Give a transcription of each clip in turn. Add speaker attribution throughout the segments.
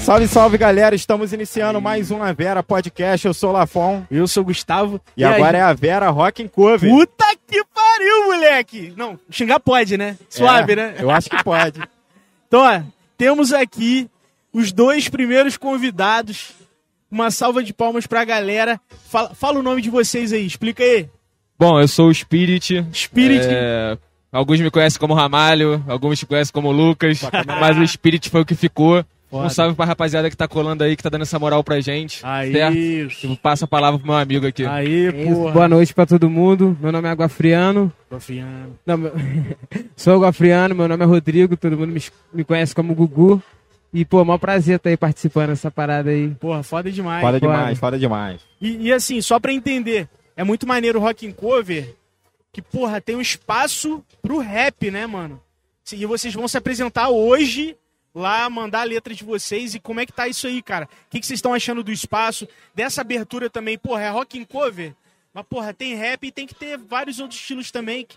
Speaker 1: Salve, salve, galera! Estamos iniciando mais um A Vera Podcast. Eu sou o Lafon.
Speaker 2: Eu sou o Gustavo.
Speaker 1: E, agora é a Vera Rock and Cover.
Speaker 2: Puta que pariu, moleque! Não, xingar pode, né? Suave,
Speaker 1: É,
Speaker 2: né?
Speaker 1: Eu acho que pode.
Speaker 2: Então, ó, temos aqui os dois primeiros convidados. Uma salva de palmas pra galera. Fala, fala o nome de vocês aí, explica aí.
Speaker 3: Bom, eu sou o Spirit.
Speaker 2: Spirit.
Speaker 3: É, Alguns me conhecem como Ramalho, alguns me conhecem como Lucas, mas o Spirit foi o que ficou.
Speaker 2: Foda.
Speaker 3: Um salve pra rapaziada que tá colando aí, que tá dando essa moral pra gente.
Speaker 2: Aí,
Speaker 3: Certo? Eu passo a palavra pro meu amigo aqui.
Speaker 2: aí,
Speaker 4: É isso.
Speaker 2: porra.
Speaker 4: Boa noite pra todo mundo. Meu nome é Aguafriano.
Speaker 2: Confiando.
Speaker 4: Não, meu- Sou Aguafriano, meu nome é Rodrigo, todo mundo me, es- me conhece como Gugu. E, pô, maior prazer estar aí participando dessa parada aí.
Speaker 2: Porra, foda demais.
Speaker 1: Fora
Speaker 4: bora.
Speaker 1: demais, fora demais.
Speaker 2: E, e assim, só pra entender, é muito maneiro o Rock and Cover, que, porra, tem um espaço pro rap, né, mano? Se- E vocês vão se apresentar hoje lá, mandar a letra de vocês. E como é que tá isso aí, cara? O que, que vocês estão achando do espaço? Dessa abertura também, porra, é Rock and Cover? Mas, porra, tem rap e tem que ter vários outros estilos também. que-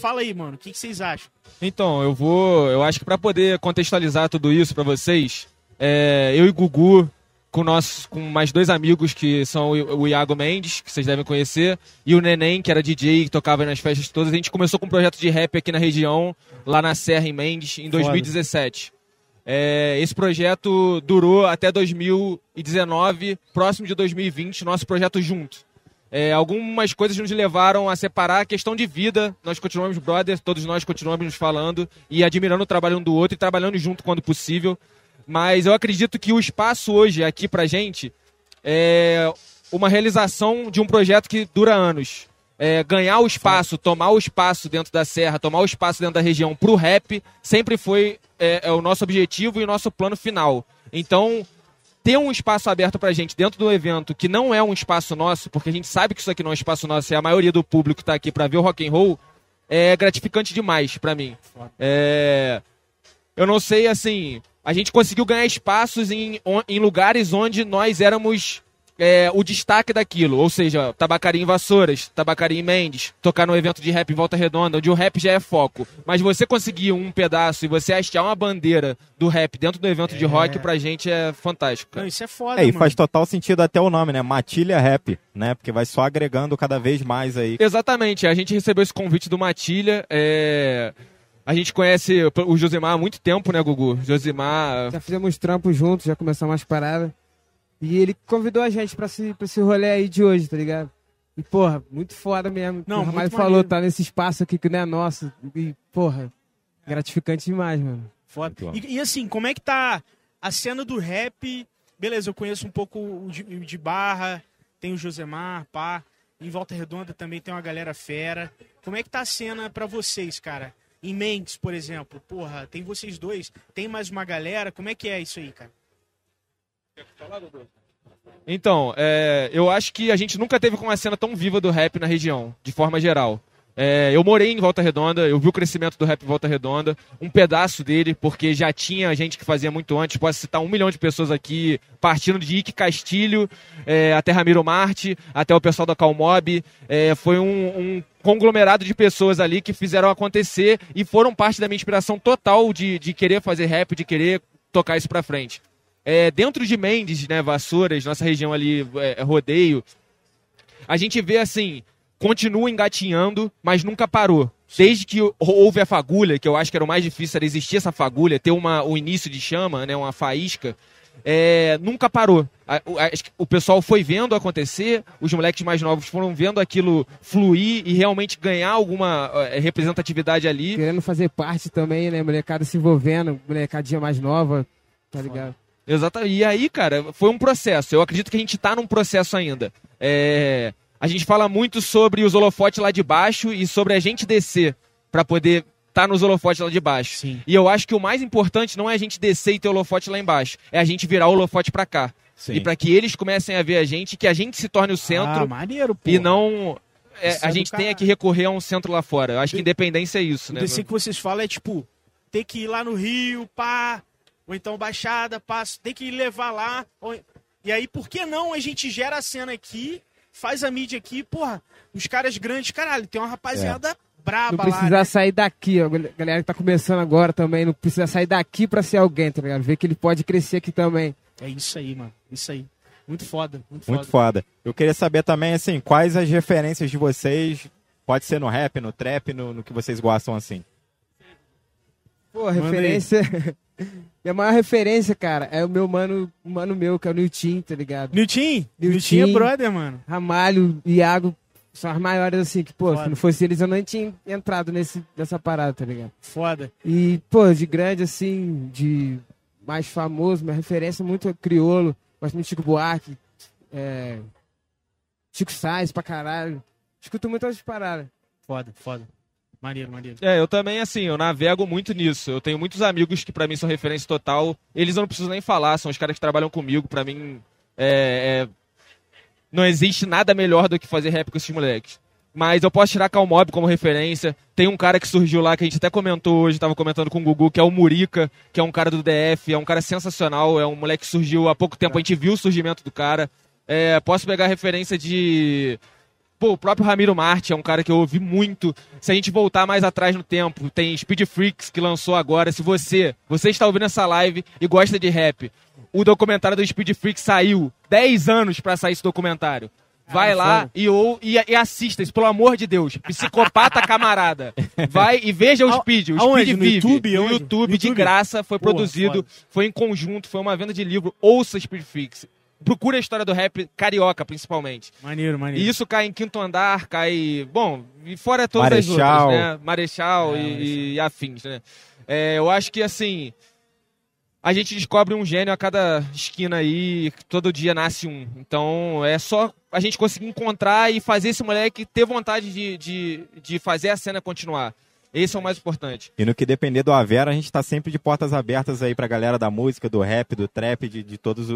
Speaker 2: Fala aí, mano, o que, que vocês acham?
Speaker 3: Então, eu vou. Eu acho que pra poder contextualizar tudo isso pra vocês, é, eu e Gugu, com, nós, com mais dois amigos que são o o Iago Mendes, que vocês devem conhecer, e o Neném, que era DJ que tocava nas festas todas, a gente começou com um projeto de rap aqui na região, lá na Serra em Mendes, em 2017. É, esse projeto durou até 2019, próximo de 2020, nosso projeto junto. É, algumas coisas nos levaram a separar a questão de vida. Nós continuamos brothers, todos nós continuamos nos falando e admirando o trabalho um do outro e trabalhando junto quando possível. Mas eu acredito que o espaço hoje aqui pra gente é uma realização de um projeto que dura anos. É, ganhar o espaço, tomar o espaço dentro da serra, tomar o espaço dentro da região pro rap, sempre foi é, é o nosso objetivo e o nosso plano final. Então, ter um espaço aberto pra gente dentro do evento que não é um espaço nosso, porque a gente sabe que isso aqui não é um espaço nosso, e a maioria do público tá aqui pra ver o rock and roll, é gratificante demais pra mim. É, eu não sei assim, a gente conseguiu ganhar espaços em, on- em lugares onde nós éramos é, o destaque daquilo, ou seja, tabacaria em Vassouras, tabacaria em Mendes, tocar num evento de rap em Volta Redonda, onde o rap já é foco. Mas você conseguir um pedaço e você hastear uma bandeira do rap dentro do evento de rock, pra gente é fantástico. cara.
Speaker 2: Não, isso é foda,
Speaker 1: É, e
Speaker 2: mano.
Speaker 1: faz total sentido até o nome, né? Matilha Rap, né? Porque vai só agregando cada vez mais aí.
Speaker 3: Exatamente, a gente recebeu esse convite do Matilha. é, A gente conhece o Josimar há muito tempo, né, Gugu? Josimar.
Speaker 4: Já fizemos trampos juntos, já começamos as paradas. E ele convidou a gente pra esse, pra esse rolê aí de hoje, tá ligado? E, porra, muito foda mesmo.
Speaker 2: Não,
Speaker 4: o Ramalho
Speaker 2: muito
Speaker 4: falou,
Speaker 2: maneiro.
Speaker 4: tá nesse espaço aqui que não é nosso. E, porra, gratificante demais, mano.
Speaker 2: Foda.
Speaker 1: Muito
Speaker 2: E, e assim, como é que tá a cena do rap? Beleza, eu conheço um pouco o de, o de Barra, tem o Josemar, pá. Em Volta Redonda também tem uma galera fera. Como é que tá a cena pra vocês, cara? Em Mendes, por exemplo, porra, tem vocês dois, tem mais uma galera, como é que é isso aí, cara?
Speaker 3: Então, é, eu acho que a gente nunca teve com uma cena tão viva do rap na região, de forma geral. É, eu morei em Volta Redonda, eu vi o crescimento do rap em Volta Redonda, um pedaço dele, porque já tinha gente que fazia muito antes, posso citar um milhão de pessoas aqui, partindo de Ike Castilho, é, até Ramiro Marte, até o pessoal da Calmob, é, foi um, um conglomerado de pessoas ali que fizeram acontecer e foram parte da minha inspiração total de, de querer fazer rap, de querer tocar isso pra frente. É, dentro de Mendes, né, Vassouras, nossa região ali, é, rodeio, a gente vê assim, continua engatinhando, mas nunca parou. Desde que hou- houve a fagulha, que eu acho que era o mais difícil, era existir essa fagulha, ter uma, o início de chama, né, uma faísca, é, nunca parou. A- o- a- acho que o pessoal foi vendo acontecer, os moleques mais novos foram vendo aquilo fluir e realmente ganhar alguma eh, representatividade ali.
Speaker 4: Querendo fazer parte também, né? Molecada se envolvendo, molecadinha mais nova, tá ligado?
Speaker 3: Exatamente. E aí, cara, foi um processo. Eu acredito que a gente tá num processo ainda. É, A gente fala muito sobre os holofotes lá de baixo e sobre a gente descer pra poder estar nos holofotes lá de baixo.
Speaker 2: Sim.
Speaker 3: E eu acho que o mais importante não é a gente descer e ter o holofote lá embaixo, é a gente virar o holofote pra cá.
Speaker 1: Sim.
Speaker 3: E pra que eles comecem a ver a gente, que a gente se torne o centro
Speaker 2: Ah, maneiro, pô.
Speaker 3: e não é,
Speaker 2: Isso é
Speaker 3: a
Speaker 2: do
Speaker 3: gente tem é
Speaker 2: caralho.
Speaker 3: que recorrer a um centro lá fora. Eu acho que independência é isso,
Speaker 2: O
Speaker 3: né?
Speaker 2: DC que vocês falam é tipo, tem que ir lá no Rio, pá, ou então Baixada, pá, tem que levar lá. ou- E aí, por que não a gente gera a cena aqui, faz a mídia aqui, porra, os caras grandes, caralho, tem uma rapaziada braba
Speaker 4: Não
Speaker 2: lá. né?
Speaker 4: precisar sair daqui, ó. Gal- Galera que tá começando agora também, não precisa sair daqui pra ser alguém, tá ligado? Ver que ele pode crescer aqui também.
Speaker 2: É isso aí, mano. Isso aí. Muito foda, muito,
Speaker 1: Muito
Speaker 2: foda.
Speaker 1: foda. Eu queria saber também, assim, quais as referências de vocês. Pode ser no rap, no trap, no, no que vocês gostam, assim.
Speaker 4: Pô,
Speaker 2: aí.
Speaker 4: referência. Minha maior referência, cara, é o meu mano, um mano meu, que é o Nilton, tá ligado?
Speaker 2: Nilton, Nilton é
Speaker 4: Nilton.
Speaker 2: brother, mano.
Speaker 4: Ramalho, Iago, são as maiores, assim, que, pô,
Speaker 2: Foda.
Speaker 4: se não fosse eles, eu nem tinha entrado nesse, nessa parada, tá ligado?
Speaker 2: Foda.
Speaker 4: E, pô, de grande, assim, de mais famoso, minha referência é muito criolo. Gosto muito de Chico Buarque, é, Chico Sainz pra caralho. Escuto muito essas paradas.
Speaker 2: Foda, foda. Maneiro, maneiro.
Speaker 3: É, eu também, assim, eu navego muito nisso. Eu tenho muitos amigos que pra mim são referência total. Eles eu não preciso nem falar, são os caras que trabalham comigo. Pra mim, é, é, não existe nada melhor do que fazer rap com esses moleques. Mas eu posso tirar Calmob como referência. Tem um cara que surgiu lá que a gente até comentou hoje, tava comentando com o Gugu, que é o Murica, que é um cara do DF, é um cara sensacional, é um moleque que surgiu há pouco tempo, a gente viu o surgimento do cara. É, posso pegar referência de Pô, o próprio Ramiro Marte é um cara que eu ouvi muito. Se a gente voltar mais atrás no tempo, tem Speed Freaks que lançou agora. Se você, você está ouvindo essa live e gosta de rap, o documentário do Speed Freaks saiu. 10 anos pra sair esse documentário.
Speaker 2: Ah,
Speaker 3: Vai lá e, ou, e, e assista isso, pelo amor de Deus. Psicopata camarada. Vai e veja o
Speaker 2: Ao-
Speaker 3: Speed. O
Speaker 2: aonde?
Speaker 3: Speed
Speaker 2: No
Speaker 3: vive.
Speaker 2: YouTube?
Speaker 3: No
Speaker 2: Aonde?
Speaker 3: YouTube,
Speaker 2: No
Speaker 3: de
Speaker 2: YouTube?
Speaker 3: graça, foi
Speaker 2: Porra,
Speaker 3: produzido,
Speaker 2: foda.
Speaker 3: foi em conjunto, foi uma venda de livro. Ouça Speed Freaks. Procure a história do rap carioca, principalmente.
Speaker 2: Maneiro, maneiro.
Speaker 3: E isso cai em quinto andar, cai. Bom, e fora todas as
Speaker 1: Marechal.
Speaker 3: outras, né? Marechal e, e afins, né? É, eu acho que assim. A gente descobre um gênio a cada esquina aí, todo dia nasce um. Então é só a gente conseguir encontrar e fazer esse moleque ter vontade de, de, de fazer a cena continuar. Esse é o mais importante.
Speaker 1: E no que depender do Avera, a gente tá sempre de portas abertas aí pra galera da música, do rap, do trap, de, de todas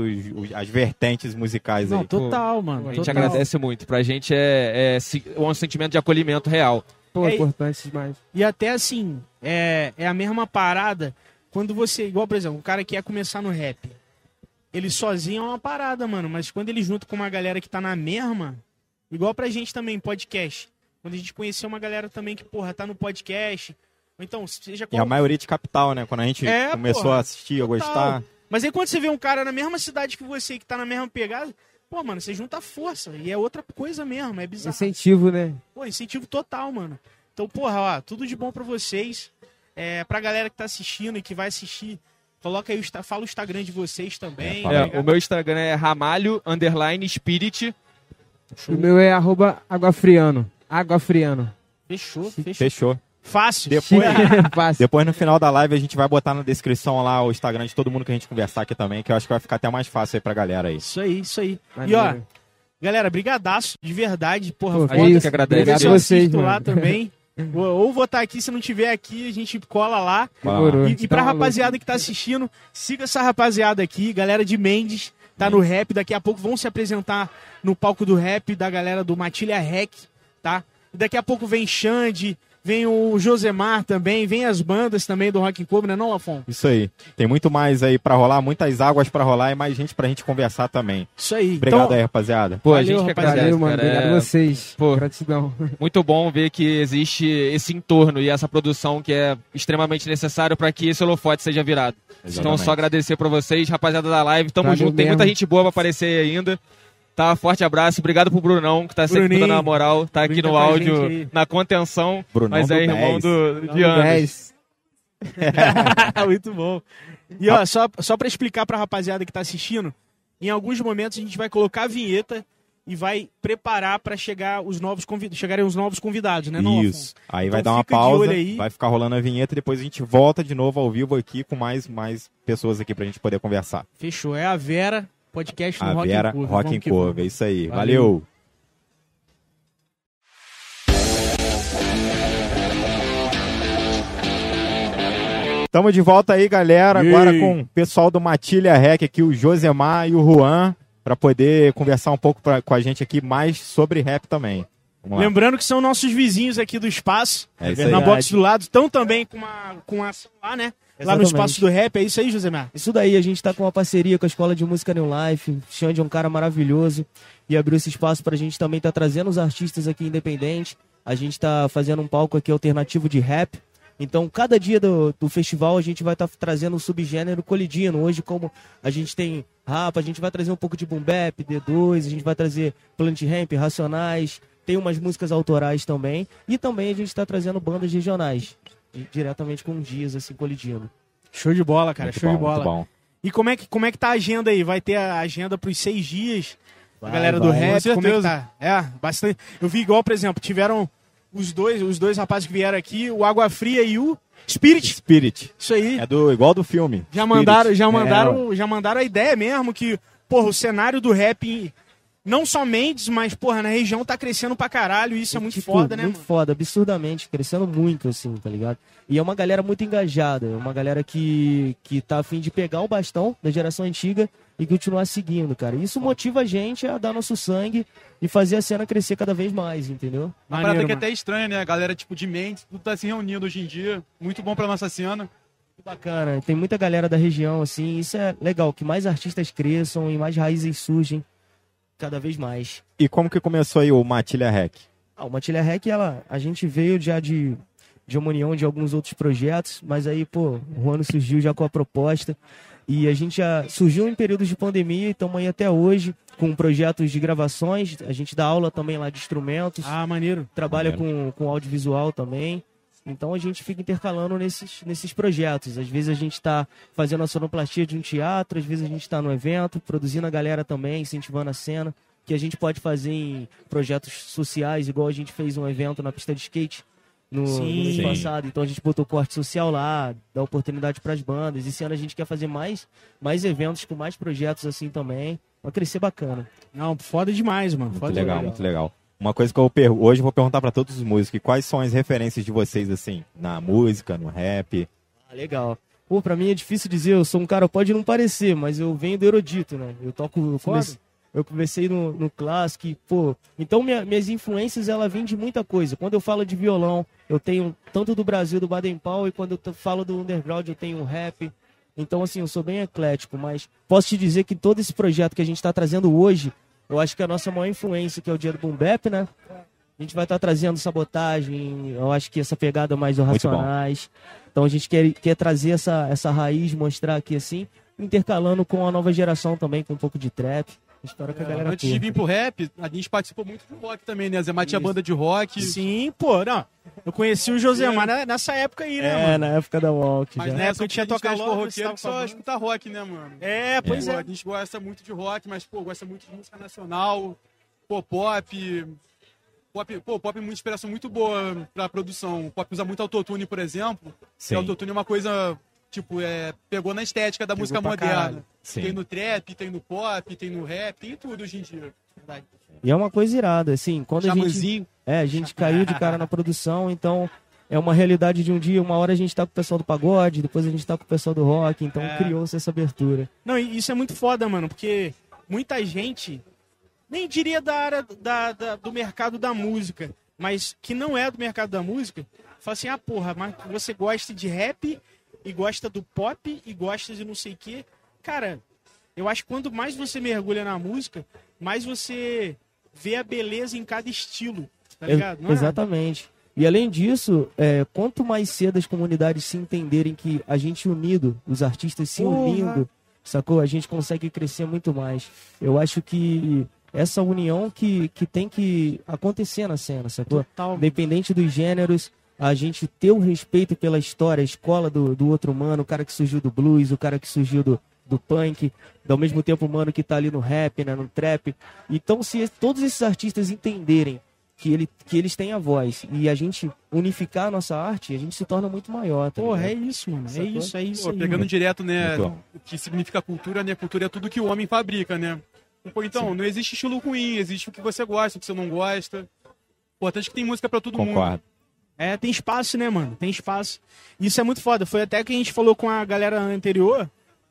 Speaker 1: as vertentes musicais aí.
Speaker 2: total, mano.
Speaker 3: A gente
Speaker 2: total.
Speaker 3: agradece muito. Pra gente é, é se- um sentimento de acolhimento real.
Speaker 4: Pô,
Speaker 2: É, e-
Speaker 4: importante demais.
Speaker 2: E até assim, é, é a mesma parada quando você. Igual, por exemplo, o cara que quer começar no rap. Ele sozinho é uma parada, mano. Mas quando ele junto com uma galera que tá na mesma, igual pra gente também, podcast. Quando a gente conheceu uma galera também que, porra, tá no podcast. Ou então, seja
Speaker 1: E
Speaker 2: qual.
Speaker 1: a maioria de capital, né? Quando a gente
Speaker 2: É,
Speaker 1: começou
Speaker 2: porra.
Speaker 1: a assistir, a gostar.
Speaker 2: Mas aí quando você vê um cara na mesma cidade que você, que tá na mesma pegada, pô, mano, você junta força. E é outra coisa mesmo, é bizarro.
Speaker 4: Incentivo, né?
Speaker 2: Pô, incentivo total, mano. Então, porra, ó, tudo de bom pra vocês. É, pra galera que tá assistindo e que vai assistir, coloca aí, o, Insta- fala o Instagram de vocês também.
Speaker 1: É,
Speaker 2: tá
Speaker 1: fala
Speaker 3: É,
Speaker 2: ligado?
Speaker 3: o meu Instagram é ramalho underline spirit.
Speaker 4: O meu é arroba aguafriano. Aguafriano.
Speaker 2: Fechou, fechou.
Speaker 1: Fechou.
Speaker 2: Fácil.
Speaker 1: Depois-
Speaker 3: né?
Speaker 4: Fácil.
Speaker 1: Depois, no final da live, a gente vai botar na descrição lá o Instagram de todo mundo que a gente conversar aqui também, que eu acho que vai ficar até mais fácil aí pra galera aí.
Speaker 2: Isso aí, isso aí.
Speaker 4: Maneiro.
Speaker 2: E ó, galera, brigadaço, de verdade, porra.
Speaker 4: Pô,
Speaker 2: foda.
Speaker 3: A gente
Speaker 4: isso.
Speaker 3: que agradece.
Speaker 2: Eu
Speaker 4: Obrigado
Speaker 3: Agradeço
Speaker 4: a vocês,
Speaker 2: assisto lá
Speaker 4: mano.
Speaker 2: também. Ou- Ou vou estar aqui, se não tiver aqui, a gente cola lá.
Speaker 4: Demorou.
Speaker 2: E, e pra
Speaker 4: Tá maluco.
Speaker 2: rapaziada que tá assistindo, siga essa rapaziada aqui, galera de Mendes, tá no rap, daqui a pouco vão se apresentar no palco do rap da galera do Matilha Rec, tá? E daqui a pouco vem Xande, vem o Josemar também, vem as bandas também do Rock and Cover, né não, Lafon?
Speaker 1: Isso aí. Tem muito mais aí pra rolar, muitas águas pra rolar e mais gente pra gente conversar também.
Speaker 2: Isso aí.
Speaker 1: Obrigado
Speaker 2: então,
Speaker 1: aí, rapaziada.
Speaker 3: Pô,
Speaker 2: Valeu,
Speaker 3: a gente que
Speaker 2: rapaziada.
Speaker 4: Valeu,
Speaker 3: agradece,
Speaker 4: mano.
Speaker 3: cara.
Speaker 4: Obrigado
Speaker 3: É
Speaker 4: a vocês.
Speaker 3: Pô.
Speaker 4: Gratidão.
Speaker 3: muito bom ver que existe esse entorno e essa produção que é extremamente necessário para que esse holofote seja virado. Então,
Speaker 1: Exatamente.
Speaker 3: só agradecer pra vocês, rapaziada da live. Tamo
Speaker 4: Valeu
Speaker 3: junto, tem muita
Speaker 4: mesmo.
Speaker 3: gente boa pra aparecer aí ainda. Tá, forte abraço. Obrigado pro Brunão, que tá sempre
Speaker 2: Bruninho.
Speaker 3: dando a moral. Tá aqui
Speaker 2: Brinca
Speaker 3: no
Speaker 2: com a
Speaker 3: áudio,
Speaker 2: gente aí.
Speaker 3: na contenção.
Speaker 1: Brunão
Speaker 3: mas
Speaker 1: do
Speaker 3: é irmão
Speaker 1: 10.
Speaker 3: do, de Anderson.
Speaker 4: Dez.
Speaker 2: Muito bom. E ó, só, só pra explicar pra rapaziada que tá assistindo, em alguns momentos a gente vai colocar a vinheta e vai preparar pra chegar os novos convidados, chegarem os novos convidados, né, não, Afonso?
Speaker 1: Isso. Aí vai
Speaker 2: Então
Speaker 1: dar uma
Speaker 2: fica de
Speaker 1: pausa,
Speaker 2: olho aí.
Speaker 1: vai ficar rolando a vinheta e depois a gente volta de novo ao vivo aqui com mais, mais pessoas aqui pra gente poder conversar.
Speaker 2: Fechou. É a Vera, podcast no
Speaker 1: A
Speaker 2: Rock
Speaker 1: Vera
Speaker 2: and Curve.
Speaker 1: Ah, Rock
Speaker 2: Vamos
Speaker 1: and
Speaker 2: que
Speaker 1: Curve, é isso aí.
Speaker 2: Valeu.
Speaker 1: Valeu. Tamo de volta aí, galera,
Speaker 2: E
Speaker 1: agora
Speaker 2: aí?
Speaker 1: com o pessoal do Matilha Rec aqui, o Josemar e o Juan, pra poder conversar um pouco pra- com a gente aqui mais sobre rap também. Vamos lá.
Speaker 2: Lembrando que são nossos vizinhos aqui do espaço,
Speaker 1: É isso aí.
Speaker 2: na
Speaker 5: Verdade.
Speaker 2: box do lado, estão também com uma, com uma ação lá, né? Lá no
Speaker 5: Exatamente.
Speaker 2: espaço do rap, é isso aí, Josemar?
Speaker 5: Isso daí, a gente tá com uma parceria com a Escola de Música New Life. Xande é um cara maravilhoso e abriu esse espaço pra gente também tá trazendo os artistas aqui independentes. A gente tá fazendo um palco aqui alternativo de rap. Então, cada dia do, do festival a gente vai estar trazendo um subgênero colidindo. Hoje, como a gente tem rapa, a gente vai trazer um pouco de boom bap, D2, a gente vai trazer plant ramp, racionais, tem umas músicas autorais também. E também a gente tá trazendo bandas regionais, e- diretamente com dias, assim, colidindo.
Speaker 2: Show de bola, cara,
Speaker 1: Muito
Speaker 2: show de
Speaker 1: bom, muito
Speaker 2: bola.
Speaker 1: bom.
Speaker 2: E como é, que, como é que tá a agenda aí? Vai ter a agenda pros seis dias? a
Speaker 5: Vai,
Speaker 2: galera do
Speaker 5: vai.
Speaker 2: rap, Com como é que certeza. tá? É, bastante. Eu vi igual, por exemplo, tiveram os dois, os dois rapazes que vieram aqui, o Água Fria e o Spirit.
Speaker 1: Spirit.
Speaker 2: Isso aí.
Speaker 1: É do, igual do filme.
Speaker 2: Já
Speaker 1: Spirit.
Speaker 2: mandaram, já
Speaker 1: É,
Speaker 2: mandaram, já mandaram a ideia mesmo que, porra, o cenário do rap em- não só Mendes, mas porra, na região tá crescendo pra caralho, e isso é muito
Speaker 5: Tipo,
Speaker 2: foda, né,
Speaker 5: Muito
Speaker 2: mano?
Speaker 5: foda, absurdamente, crescendo muito, assim, tá ligado? E é uma galera muito engajada, é uma galera que, que tá afim de pegar o bastão da geração antiga e continuar seguindo, cara. Isso motiva a gente a dar nosso sangue e fazer a cena crescer cada vez mais, entendeu?
Speaker 6: Uma
Speaker 2: Maneiro,
Speaker 6: parada que é
Speaker 2: mano.
Speaker 6: até estranha, né? A galera, tipo, de mente, tudo tá se reunindo hoje em dia. Muito bom pra nossa cena.
Speaker 5: Muito bacana, tem muita galera da região, assim, isso é legal, que mais artistas cresçam e mais raízes surgem cada vez mais.
Speaker 1: É. E como que começou aí o Matilha Hack?
Speaker 5: Ah, o Matilha Rec, ela, a gente veio já de, de uma união de alguns outros projetos, mas aí, pô, o Juano surgiu já com a proposta. E a gente já surgiu em períodos de pandemia e estamos aí até hoje com projetos de gravações. A gente dá aula também lá de instrumentos,
Speaker 2: Ah, maneiro.
Speaker 5: trabalha com, com audiovisual também. Então a gente fica intercalando nesses, nesses projetos. Às vezes a gente está fazendo a sonoplastia de um teatro, às vezes a gente está no evento, produzindo a galera também, incentivando a cena que a gente pode fazer em projetos sociais, igual a gente fez um evento na pista de skate no, no
Speaker 2: Sim.
Speaker 5: mês
Speaker 1: Sim.
Speaker 5: passado. Então a gente botou corte social lá, dá oportunidade para as bandas. Esse ano a gente quer fazer mais, mais eventos com mais projetos assim também, para crescer bacana.
Speaker 2: Não, foda demais, mano.
Speaker 1: Muito
Speaker 2: Foda
Speaker 1: legal,
Speaker 2: demais.
Speaker 1: muito legal. Uma coisa que eu per... hoje eu vou perguntar pra todos os músicos, quais são as referências de vocês, assim, na música, no rap?
Speaker 5: Ah, legal. Pô, pra mim é difícil dizer, eu sou um cara, pode não parecer, mas eu venho do erudito, né? Eu toco, eu
Speaker 2: Foda.
Speaker 5: comecei, eu comecei no, no clássico, e, pô. Então minha- minhas influências, ela vem de muita coisa. Quando eu falo de violão, eu tenho tanto do Brasil, do Baden Powell, e quando eu t- falo do underground, eu tenho um rap. Então, assim, eu sou bem eclético, mas posso te dizer que todo esse projeto que a gente tá trazendo hoje, eu acho que é a nossa maior influência, que é o dia do Boom Bap, né? A gente vai estar trazendo sabotagem, eu acho que essa pegada mais do
Speaker 1: Muito bom.
Speaker 5: Racionais. Então a gente quer, quer trazer essa, essa raiz, mostrar aqui assim, intercalando com a nova geração também, com um pouco de trap. Espero que a galera
Speaker 6: Antes de
Speaker 5: curta.
Speaker 6: vir pro rap, a gente participou muito do rock também, né? Zé Matt tinha
Speaker 5: Isso.
Speaker 6: banda de rock.
Speaker 2: Sim, pô, não. Eu conheci o Josemar na- nessa época aí, né,
Speaker 5: É,
Speaker 2: mano?
Speaker 5: na época da Walk
Speaker 6: Mas
Speaker 5: já.
Speaker 6: na
Speaker 2: É,
Speaker 6: época
Speaker 2: porque
Speaker 6: eu
Speaker 2: tinha
Speaker 6: tinha
Speaker 2: toca
Speaker 6: tocado
Speaker 2: logo,
Speaker 6: com
Speaker 2: você
Speaker 6: roqueiro que
Speaker 2: tava
Speaker 6: só
Speaker 2: falando.
Speaker 6: escuta rock, né, mano?
Speaker 2: É, pois
Speaker 6: Pô,
Speaker 2: é.
Speaker 6: A gente gosta muito de rock, mas, pô, gosta muito de música nacional, pô, pop. Pop, pô, pop é uma inspiração muito boa pra produção. O pop usa muito autotune, por exemplo. E
Speaker 1: Sim,
Speaker 6: autotune é uma coisa, tipo, é, pegou na estética da música
Speaker 5: pra
Speaker 6: moderna.
Speaker 5: caralho.
Speaker 1: sim.
Speaker 6: Tem no trap, tem no pop, tem no rap, tem tudo hoje em dia.
Speaker 5: E é uma coisa irada, assim, quando a gente
Speaker 6: Chamanzinho.
Speaker 5: É, a gente caiu de cara na produção, então é uma realidade de um dia. Uma hora a gente tá com o pessoal do pagode, depois a gente tá com o pessoal do rock, então
Speaker 2: É.
Speaker 5: criou-se essa abertura.
Speaker 2: Não, e isso é muito foda, mano, porque muita gente, nem diria da área da, da- do mercado da música, mas que não é do mercado da música, fala assim, ah, porra, mas você gosta de rap e gosta do pop e gosta de não sei o quê. Cara, eu acho que quanto mais você mergulha na música, mais você vê a beleza em cada estilo, tá
Speaker 5: Ex-
Speaker 2: ligado? Não é?
Speaker 5: Exatamente. E além disso, é, quanto mais cedo as comunidades se entenderem que a gente unido, os artistas se
Speaker 2: Porra.
Speaker 5: unindo, sacou? A gente consegue crescer muito mais. Eu acho que essa união que, que tem que acontecer na cena, sacou?
Speaker 2: Total.
Speaker 5: Independente dos gêneros, a gente ter o respeito pela história, a escola do, do outro mano, o cara que surgiu do blues, o cara que surgiu do, do punk, ao mesmo tempo o mano que tá ali no rap, né, no trap. Então, se es- todos esses artistas entenderem que, ele, que eles têm a voz e a gente unificar a nossa arte, a gente se torna muito maior. Tá
Speaker 2: Porra, é
Speaker 5: ligado?
Speaker 2: isso, mano. É
Speaker 5: Sacou?
Speaker 2: isso, é isso.
Speaker 6: Pô,
Speaker 2: aí,
Speaker 6: pegando
Speaker 2: mano.
Speaker 6: direto, né?
Speaker 1: Muito bom.
Speaker 6: O que significa cultura, né? Cultura é tudo que o homem fabrica, né? Pô, então, não existe estilo ruim, existe o que você gosta, o que você não gosta. Importante que tem música pra todo mundo.
Speaker 1: Concordo.
Speaker 2: É, tem espaço, né, mano? Tem espaço. Isso é muito foda. Foi até que a gente falou com a galera anterior.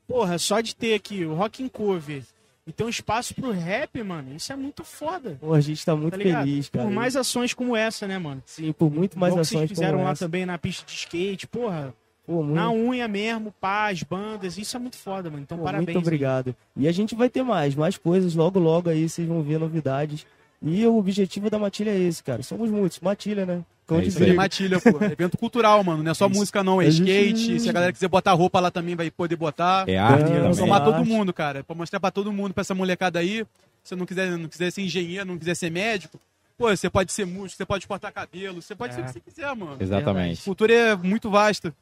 Speaker 2: Porra, só de ter aqui o Rock in Cover E ter um espaço pro rap, mano, isso é muito foda.
Speaker 5: Pô, a gente tá muito
Speaker 2: Tá ligado?
Speaker 5: feliz, cara.
Speaker 2: Por mais ações como essa, né, mano?
Speaker 5: Sim, por muito mais
Speaker 2: Igual que
Speaker 5: ações
Speaker 2: vocês fizeram
Speaker 5: como
Speaker 2: lá
Speaker 5: essa.
Speaker 2: também na pista de skate, porra.
Speaker 5: Pô, muito,
Speaker 2: Na unha mesmo, pá, as bandas, isso é muito foda, mano. Então
Speaker 5: pô,
Speaker 2: parabéns.
Speaker 5: muito
Speaker 2: aí.
Speaker 5: obrigado. E a gente vai ter mais, mais coisas logo, logo aí, vocês vão ver novidades. E o objetivo da Matilha é esse, cara. Somos muitos. Matilha, né? Cão
Speaker 1: É
Speaker 5: de
Speaker 1: isso
Speaker 5: briga.
Speaker 1: aí.
Speaker 6: Matilha, pô. É evento cultural, mano. Não é só
Speaker 5: Isso.
Speaker 6: música, não. É
Speaker 5: A gente-
Speaker 6: skate. Se a galera quiser botar roupa lá também, vai poder botar.
Speaker 1: É arte
Speaker 5: É,
Speaker 6: Pra
Speaker 5: são
Speaker 1: também.
Speaker 6: somar todo
Speaker 5: Arte.
Speaker 6: mundo, cara. Pra mostrar pra todo mundo, pra essa molecada aí. Se não quiser, não quiser ser engenheiro, não quiser ser médico, pô, você pode ser músico, você pode cortar cabelo, você pode ser o
Speaker 1: É.
Speaker 6: que você quiser, mano. A
Speaker 1: Exatamente.
Speaker 6: cultura é muito vasta.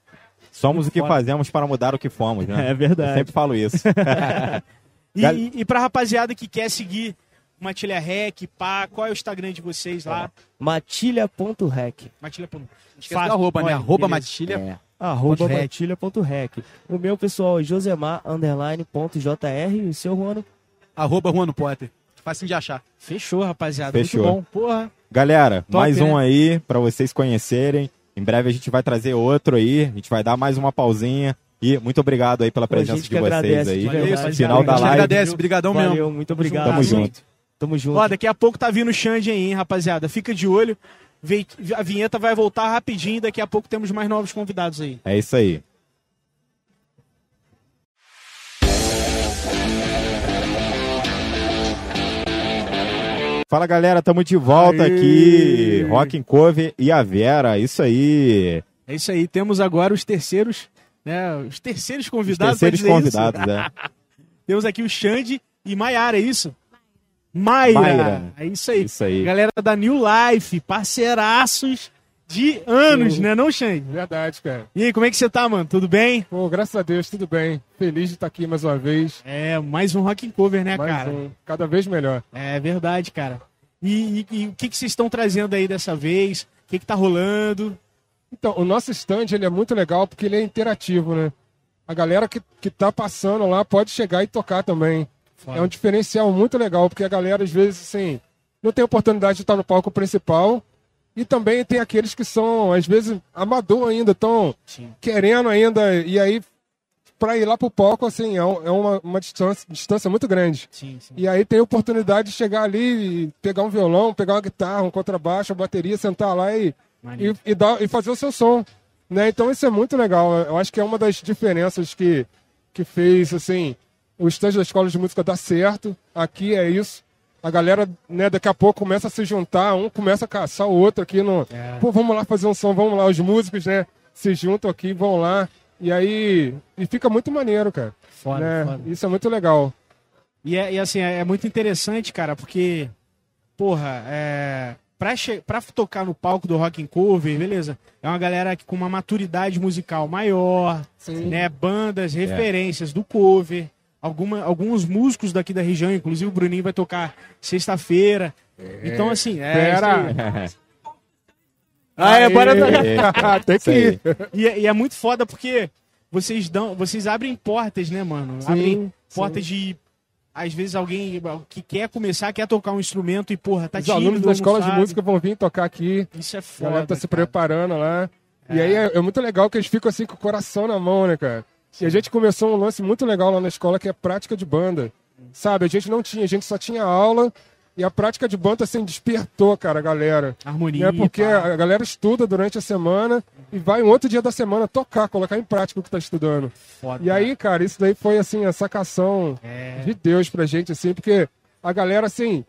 Speaker 1: Somos o que
Speaker 5: Foda.
Speaker 1: fazemos para mudar o que fomos, né?
Speaker 5: É
Speaker 1: Eu
Speaker 5: verdade.
Speaker 1: sempre falo isso.
Speaker 2: E,
Speaker 1: Gal-
Speaker 2: e, e pra rapaziada que quer seguir Matilha Rec, pá, qual é o Instagram de vocês lá?
Speaker 5: Matilha.rec.
Speaker 2: Matilha Pum.
Speaker 6: Esquece da roupa, né?
Speaker 2: olha,
Speaker 6: Arroba
Speaker 2: beleza.
Speaker 6: Matilha.
Speaker 5: Arroba
Speaker 6: Pode rec.
Speaker 5: matilha.rec. O meu, pessoal, é josemar__jr e o seu, Juano,
Speaker 6: Arroba Juano Potter. Facinho de achar.
Speaker 2: Fechou, rapaziada.
Speaker 1: É. Fechou.
Speaker 2: Muito bom. Porra.
Speaker 1: Galera,
Speaker 2: Top,
Speaker 1: mais um
Speaker 2: né?
Speaker 1: aí pra vocês conhecerem. Em breve a gente vai trazer outro aí. A gente vai dar mais uma pausinha. E muito obrigado aí pela
Speaker 5: Pô, a
Speaker 1: presença
Speaker 5: gente
Speaker 1: de
Speaker 5: que
Speaker 1: vocês
Speaker 5: agradece,
Speaker 1: aí.
Speaker 5: de verdade,
Speaker 1: Isso, Final
Speaker 5: cara.
Speaker 1: da
Speaker 6: A gente
Speaker 1: live.
Speaker 6: agradece, brigadão
Speaker 5: Valeu,
Speaker 6: mesmo.
Speaker 5: muito obrigado.
Speaker 1: Tamo junto.
Speaker 5: Tamo junto.
Speaker 2: Ó, daqui a pouco tá vindo o Xande aí, hein, rapaziada. Fica de olho. Vei- A vinheta vai voltar rapidinho. Daqui a pouco temos mais novos convidados aí.
Speaker 1: É isso aí. Fala galera, tamo de volta
Speaker 2: Aê!
Speaker 1: aqui. Rock and Cover e a Vera, isso aí.
Speaker 2: É isso aí. Temos agora os terceiros, né? Os terceiros
Speaker 1: Os
Speaker 2: convidados.
Speaker 1: terceiros
Speaker 2: pode dizer isso?
Speaker 1: convidados, né?
Speaker 2: Temos aqui o Xande e Maiara, é isso? Mayra.
Speaker 1: Mayra.
Speaker 2: É isso aí.
Speaker 1: Isso aí.
Speaker 2: Galera da New Life, parceiraços de anos,
Speaker 7: Sim.
Speaker 2: né, não, Xande?
Speaker 7: Verdade, cara.
Speaker 2: E aí, como é que você tá, mano? Tudo bem?
Speaker 7: Pô, graças a Deus, tudo bem. Feliz de estar aqui mais uma vez.
Speaker 2: É, mais um Rock and Cover, né,
Speaker 7: mais
Speaker 2: cara?
Speaker 7: um. Cada vez melhor.
Speaker 2: É verdade, cara. E, e- e o que, que vocês estão trazendo aí dessa vez? O que, que tá rolando?
Speaker 7: Então, o nosso stand ele é muito legal porque ele é interativo, né? A galera que, que tá passando lá pode chegar e tocar também. É um diferencial muito legal, porque a galera, às vezes, assim, não tem oportunidade de estar no palco principal. E também tem aqueles que são, às vezes, amador ainda, estão
Speaker 2: Sim.
Speaker 7: querendo ainda. E aí, para ir lá pro palco, assim, é, um- é uma, uma distância, distância muito grande.
Speaker 2: Sim, sim.
Speaker 7: E aí tem a oportunidade de chegar ali, e pegar um violão, pegar uma guitarra, um contrabaixo, uma bateria, sentar lá e
Speaker 2: Maneiro.
Speaker 7: e, e dar- e fazer o seu som. Né? Então isso é muito legal. Eu acho que é uma das diferenças que, que fez assim, o stand da escola de música dar certo. Aqui é isso. A galera, né, daqui a pouco começa a se juntar, um começa a caçar o outro aqui no.
Speaker 2: É.
Speaker 7: Pô, vamos lá fazer um som, vamos lá. Os músicos, né? Se juntam aqui, vão lá. E aí. E fica muito maneiro, cara.
Speaker 2: Foda,
Speaker 7: né?
Speaker 2: foda.
Speaker 7: Isso é muito legal.
Speaker 2: E, é, e assim, é, é muito interessante, cara, porque, porra, é, pra, che- pra tocar no palco do Rock and Cover, beleza, é uma galera que- com uma maturidade musical maior,
Speaker 7: Sim.
Speaker 2: né, bandas, referências do cover, alguma, alguns músicos daqui da região, inclusive o Bruninho vai tocar sexta-feira. Então, assim, é.
Speaker 7: Pera.
Speaker 2: isso aí.
Speaker 7: Ah, é, bora.
Speaker 1: É.
Speaker 7: Tem
Speaker 1: Isso
Speaker 7: que ir.
Speaker 1: aí.
Speaker 2: E, é- e é muito foda porque vocês dão, vocês abrem portas, né, mano?
Speaker 7: Sim,
Speaker 2: abrem portas de. Às vezes alguém que quer começar, quer tocar um instrumento e, porra, tá
Speaker 7: Os
Speaker 2: tímido,
Speaker 7: alunos da
Speaker 2: não
Speaker 7: escola de
Speaker 2: sabe.
Speaker 7: música vão vir tocar aqui.
Speaker 2: Isso é
Speaker 7: A galera
Speaker 2: foda.
Speaker 7: tá se
Speaker 2: cara.
Speaker 7: preparando lá. E aí é, é muito legal que eles ficam assim com o coração na mão, né, cara? E a gente começou um lance muito legal lá na escola que é prática de banda. Sabe, a gente não tinha, a gente só tinha aula e a prática de banda assim despertou, cara, a galera.
Speaker 2: Harmonia.
Speaker 7: É porque
Speaker 2: pá.
Speaker 7: a galera estuda durante a semana e vai um outro dia da semana tocar, colocar em prática o que tá estudando.
Speaker 2: Foda,
Speaker 7: E aí, cara, isso daí foi assim a sacação
Speaker 2: É.
Speaker 7: de Deus pra gente, assim, porque a galera, assim,